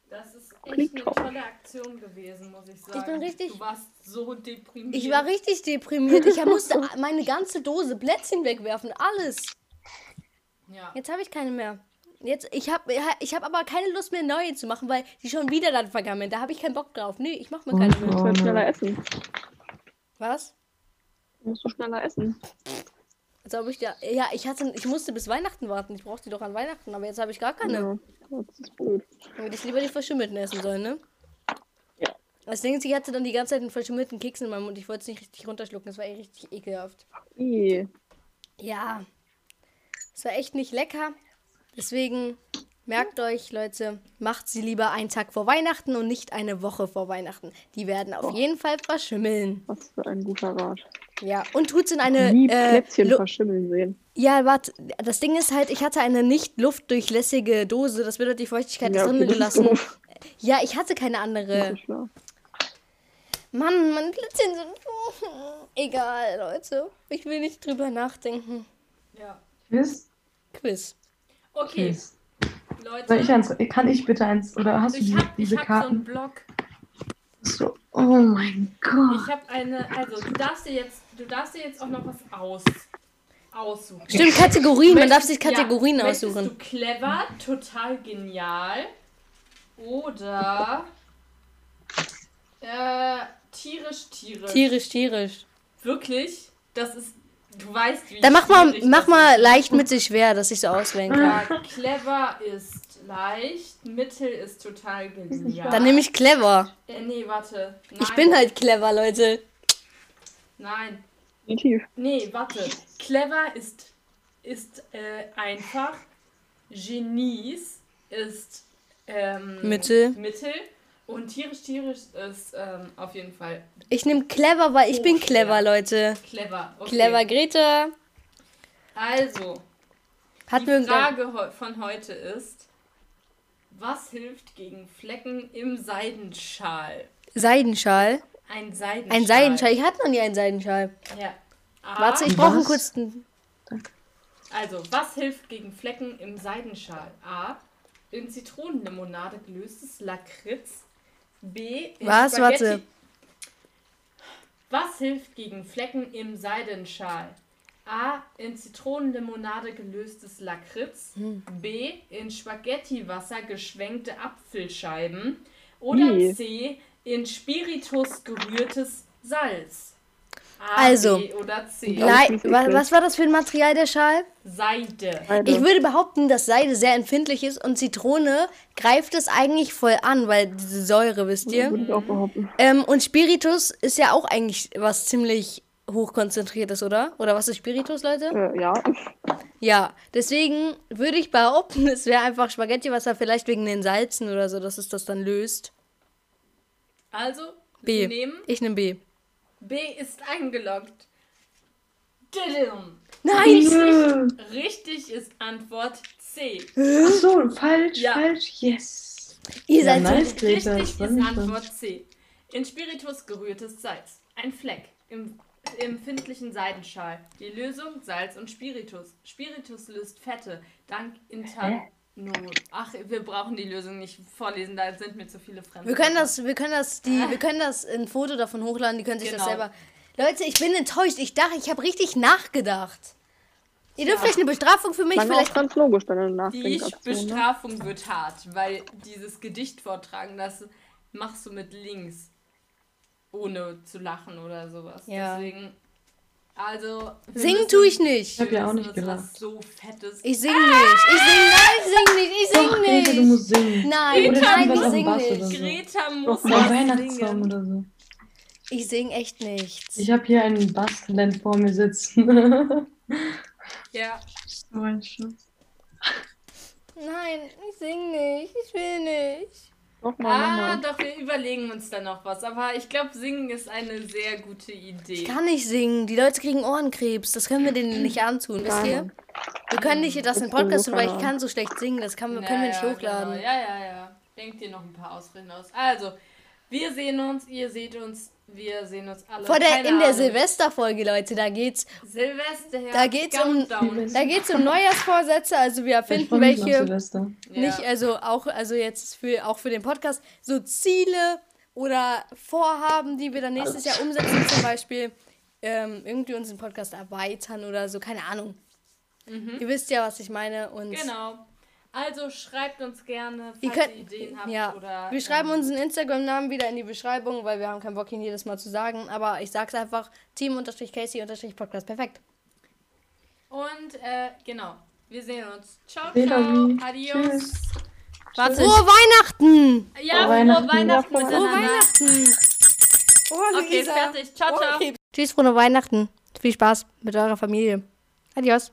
Speaker 4: Das ist echt
Speaker 3: Klingt
Speaker 4: eine
Speaker 3: toll.
Speaker 4: tolle Aktion gewesen, muss ich sagen.
Speaker 2: bin richtig-
Speaker 4: Du warst so deprimiert.
Speaker 2: Ich war richtig deprimiert. Ich musste meine ganze Dose Plätzchen wegwerfen. Alles.
Speaker 4: Ja.
Speaker 2: Jetzt habe ich keine mehr. Jetzt, ich habe ich hab aber keine Lust mehr, neue zu machen, weil die schon wieder dann vergammeln. Da habe ich keinen Bock drauf. Nee, ich mache mir keine mehr.
Speaker 3: Ich
Speaker 1: Oh,
Speaker 3: will
Speaker 1: ne.
Speaker 3: halt schneller essen.
Speaker 2: Was?
Speaker 3: Musst du schneller essen.
Speaker 2: Als ob ich da. Ja, ich hatte, ich musste bis Weihnachten warten. Ich brauchte die doch an Weihnachten, aber jetzt habe ich gar keine.
Speaker 3: Ja, das ist blöd.
Speaker 2: Dann Hätte ich lieber die verschimmelten essen sollen, ne?
Speaker 3: Ja.
Speaker 2: Das Ding ist, ich hatte dann die ganze Zeit einen verschimmelten Keks in meinem Mund. Ich wollte es nicht richtig runterschlucken. Das war eh richtig ekelhaft.
Speaker 3: I.
Speaker 2: Ja. Es war echt nicht lecker. Deswegen merkt euch, Leute, macht sie lieber einen Tag vor Weihnachten und nicht eine Woche vor Weihnachten. Die werden
Speaker 3: Oh.
Speaker 2: auf jeden Fall verschimmeln.
Speaker 3: Was für ein guter Rat.
Speaker 2: Ja. Und tut's in eine.
Speaker 3: Nie
Speaker 2: äh,
Speaker 3: Plätzchen
Speaker 2: Lu-
Speaker 3: verschimmeln sehen.
Speaker 2: Ja, warte, das Ding ist halt, ich hatte eine nicht luftdurchlässige Dose, das bedeutet, die Feuchtigkeit ist
Speaker 3: Ja, okay,
Speaker 2: drin
Speaker 3: das ist
Speaker 2: gelassen.
Speaker 3: doof.
Speaker 2: Ja, ich hatte keine andere.
Speaker 3: Das ist klar.
Speaker 2: Mann, meine Plätzchen sind. Egal, Leute. Ich will nicht drüber nachdenken.
Speaker 4: ja.
Speaker 1: Quiz?
Speaker 2: Quiz.
Speaker 4: Okay,
Speaker 1: Quiz.
Speaker 4: Leute.
Speaker 1: Soll ich eins? Kann ich bitte eins? Oder hast du
Speaker 4: ich
Speaker 1: die,
Speaker 4: hab, ich
Speaker 1: diese
Speaker 4: hab so einen
Speaker 1: Karten?
Speaker 4: Blog.
Speaker 1: So, Oh mein Gott.
Speaker 4: Ich habe eine, also du darfst dir jetzt, du darfst dir jetzt auch noch was aus, aussuchen.
Speaker 2: Stimmt, Kategorien. Man darf sich
Speaker 4: Möchtest-
Speaker 2: Kategorien
Speaker 4: ja,
Speaker 2: aussuchen.
Speaker 4: Möchtest du clever, total genial oder äh, tierisch, tierisch.
Speaker 2: Tierisch, tierisch.
Speaker 4: Wirklich? Das ist, du weißt wie.
Speaker 2: Dann mach mal,
Speaker 4: schwierig
Speaker 2: mach
Speaker 4: das Ah.
Speaker 2: mal leicht mit sich schwer, dass ich so auswählen
Speaker 4: ist.
Speaker 2: kann.
Speaker 4: Ja, clever ist leicht, mittel ist total genial.
Speaker 2: Dann nehme ich clever.
Speaker 4: äh, nee, warte. Nein,
Speaker 2: Ich bin halt clever, Leute.
Speaker 4: Nein.
Speaker 3: Definitiv.
Speaker 4: Nee, warte. Clever ist, ist äh, einfach. Genies ist ähm,
Speaker 2: Mittel.
Speaker 4: Mittel. Und tierisch-tierisch ist ähm, auf jeden Fall
Speaker 2: Ich nehme clever, weil ich bin clever, Leute.
Speaker 4: clever. Oh, Okay.
Speaker 2: Clever Greta.
Speaker 4: Also,
Speaker 2: Hat mir
Speaker 4: die
Speaker 2: irgendein-
Speaker 4: Frage heu- von heute ist, was hilft gegen Flecken im Seidenschal?
Speaker 2: Seidenschal.
Speaker 4: Ein Seidenschal.
Speaker 2: Ein Seidenschal. Ich hatte noch nie einen Seidenschal.
Speaker 4: Ja. A,
Speaker 2: Warte, ich brauche einen
Speaker 1: Was?
Speaker 2: kurzen.
Speaker 4: Also, was hilft gegen Flecken im Seidenschal? A. In Zitronenlimonade gelöstes Lakritz. B. In
Speaker 2: Was?
Speaker 4: Spaghetti-
Speaker 2: Warte.
Speaker 4: Was hilft gegen Flecken im Seidenschal? A. In Zitronenlimonade gelöstes Lakritz. B. In Spaghettiwasser geschwenkte Apfelscheiben. Oder
Speaker 3: Ih.
Speaker 4: C. In Spiritus gerührtes Salz. A,
Speaker 2: Also,
Speaker 4: B oder C.
Speaker 3: alles
Speaker 2: Lei
Speaker 3: nicht
Speaker 2: was,
Speaker 3: eklig.
Speaker 2: was war das für ein Material, der Schal?
Speaker 4: Seide.
Speaker 3: Beide.
Speaker 2: Ich würde behaupten, dass Seide sehr empfindlich ist und Zitrone greift es eigentlich voll an, weil diese Säure, wisst ihr?
Speaker 3: Würde ich auch behaupten.
Speaker 2: Ähm, und Spiritus ist ja auch eigentlich was ziemlich hochkonzentriertes, oder? Oder was ist Spiritus, Leute?
Speaker 3: Äh, ja.
Speaker 2: Ja, deswegen würde ich behaupten, es wäre einfach Spaghettiwasser, vielleicht wegen den Salzen oder so, dass es das dann löst.
Speaker 4: Also,
Speaker 2: B.
Speaker 4: wir nehmen.
Speaker 2: Ich nehme B.
Speaker 4: B ist eingeloggt. Didim.
Speaker 2: Nein!
Speaker 4: Richtig ist Antwort C.
Speaker 1: Ach so, falsch,
Speaker 4: Ja.
Speaker 1: falsch. Yes.
Speaker 2: Ihr
Speaker 1: Ja,
Speaker 2: seid so
Speaker 1: nice, Greta.
Speaker 4: Richtig
Speaker 1: Ich
Speaker 4: ist
Speaker 1: freu mich schon.
Speaker 4: Antwort C. In Spiritus gerührtes Salz. Ein Fleck. Im im empfindlichen Seidenschal. Die Lösung Salz und Spiritus. Spiritus löst Fette. Dank Internol. Ach, wir brauchen die Lösung nicht vorlesen, da sind mir zu viele Fremde.
Speaker 2: Wir können das, wir können das, die, wir können das ein Foto davon hochladen, die können sich das
Speaker 4: Genau.
Speaker 2: selber. Leute, ich bin enttäuscht. Ich dachte, ich habe richtig nachgedacht. Ihr dürft vielleicht eine Bestrafung für mich,
Speaker 3: Dann auch
Speaker 2: vielleicht.
Speaker 3: ganz logisch, dann eine
Speaker 4: Die
Speaker 3: Nachdenkaktion. ne?
Speaker 4: Bestrafung wird hart, weil dieses Gedicht vortragen, das machst du mit links. Ohne zu lachen oder sowas.
Speaker 2: Ja.
Speaker 4: Deswegen, also. wir
Speaker 2: Singen
Speaker 4: müssen-
Speaker 2: tue ich nicht.
Speaker 4: wir
Speaker 1: hab ja auch
Speaker 4: müssen
Speaker 1: nicht
Speaker 4: uns
Speaker 1: gelacht.
Speaker 4: Was so fettes.
Speaker 2: Ich singe nicht. Ich singe nein, ich singe nicht. Ich
Speaker 1: Doch, Greta,
Speaker 2: singe
Speaker 1: du
Speaker 2: nicht.
Speaker 1: musst
Speaker 2: Nein,
Speaker 1: singen. Oder
Speaker 2: nein,
Speaker 1: irgendwas
Speaker 2: ich
Speaker 1: auf dem
Speaker 2: singe
Speaker 1: Bass oder
Speaker 2: nicht.
Speaker 1: so.
Speaker 4: Greta muss
Speaker 1: Doch,
Speaker 4: was
Speaker 1: ein Weihnachtsbaum
Speaker 4: singen.
Speaker 1: oder so.
Speaker 2: Ich singe echt nichts.
Speaker 1: Ich habe hier einen Bastelend vor mir sitzen.
Speaker 4: Ja.
Speaker 1: so ein Schuss.
Speaker 2: Nein, ich singe nicht. Ich will nicht.
Speaker 4: Ah,
Speaker 3: Nochmal, nochmal.
Speaker 4: doch, wir überlegen uns da noch was. Aber ich glaube, singen ist eine sehr gute Idee.
Speaker 2: Ich kann nicht singen. Die Leute kriegen Ohrenkrebs. Das können wir denen nicht antun, wisst
Speaker 3: Nein,
Speaker 2: ihr?
Speaker 3: Mann.
Speaker 2: Wir können nicht das in
Speaker 3: Das ist
Speaker 2: Podcast tun, weil ich
Speaker 3: ungefähr.
Speaker 2: kann so schlecht singen. Das kann,
Speaker 4: Ja,
Speaker 2: können wir nicht
Speaker 4: ja,
Speaker 2: hochladen.
Speaker 4: Genau. Ja, ja, ja. Denkt dir noch ein paar Ausreden aus. Also, wir sehen uns, ihr seht uns, wir sehen uns alle.
Speaker 2: Vor der,
Speaker 4: Keine
Speaker 2: in der
Speaker 4: Ahnung.
Speaker 2: Silvesterfolge, Leute, da geht's,
Speaker 4: Silvester. ja,
Speaker 2: Da geht's um-
Speaker 4: Countdown.
Speaker 2: da geht's um Neujahrsvorsätze. Also wir
Speaker 1: Ich
Speaker 2: erfinden
Speaker 1: freue mich auf
Speaker 2: welche
Speaker 1: Silvester.
Speaker 4: Ja.
Speaker 2: nicht, also auch, also jetzt für auch für den Podcast so Ziele oder Vorhaben, die wir dann nächstes Jahr umsetzen, zum Beispiel ähm, irgendwie unseren Podcast erweitern oder so, keine Ahnung. Ihr wisst ja, was ich meine und
Speaker 4: Mhm. Genau. Also schreibt uns gerne, falls
Speaker 2: ihr
Speaker 4: ihr,
Speaker 2: könnt,
Speaker 4: Ideen habt
Speaker 2: ja,
Speaker 4: oder.
Speaker 2: wir schreiben
Speaker 4: ähm,
Speaker 2: unseren Instagram-Namen wieder in die Beschreibung, weil wir haben keinen Bock ihn jedes Mal zu sagen, aber ich sag's einfach Team-Casey-Podcast, perfekt.
Speaker 4: Und äh, genau. Wir sehen uns. Ciao,
Speaker 1: Seht
Speaker 4: ciao.
Speaker 1: euch.
Speaker 4: Adios.
Speaker 1: Tschüss.
Speaker 2: Warte. Frohe Weihnachten!
Speaker 4: Ja,
Speaker 1: Frohe
Speaker 4: frohe
Speaker 1: Weihnachten.
Speaker 4: Weihnachten
Speaker 3: Ja, frohe
Speaker 2: Frohe
Speaker 4: miteinander.
Speaker 2: Weihnachten!
Speaker 4: Okay, fertig. Ciao, ciao.
Speaker 2: Tschüss, frohe Weihnachten. Viel Spaß mit eurer Familie. Adios.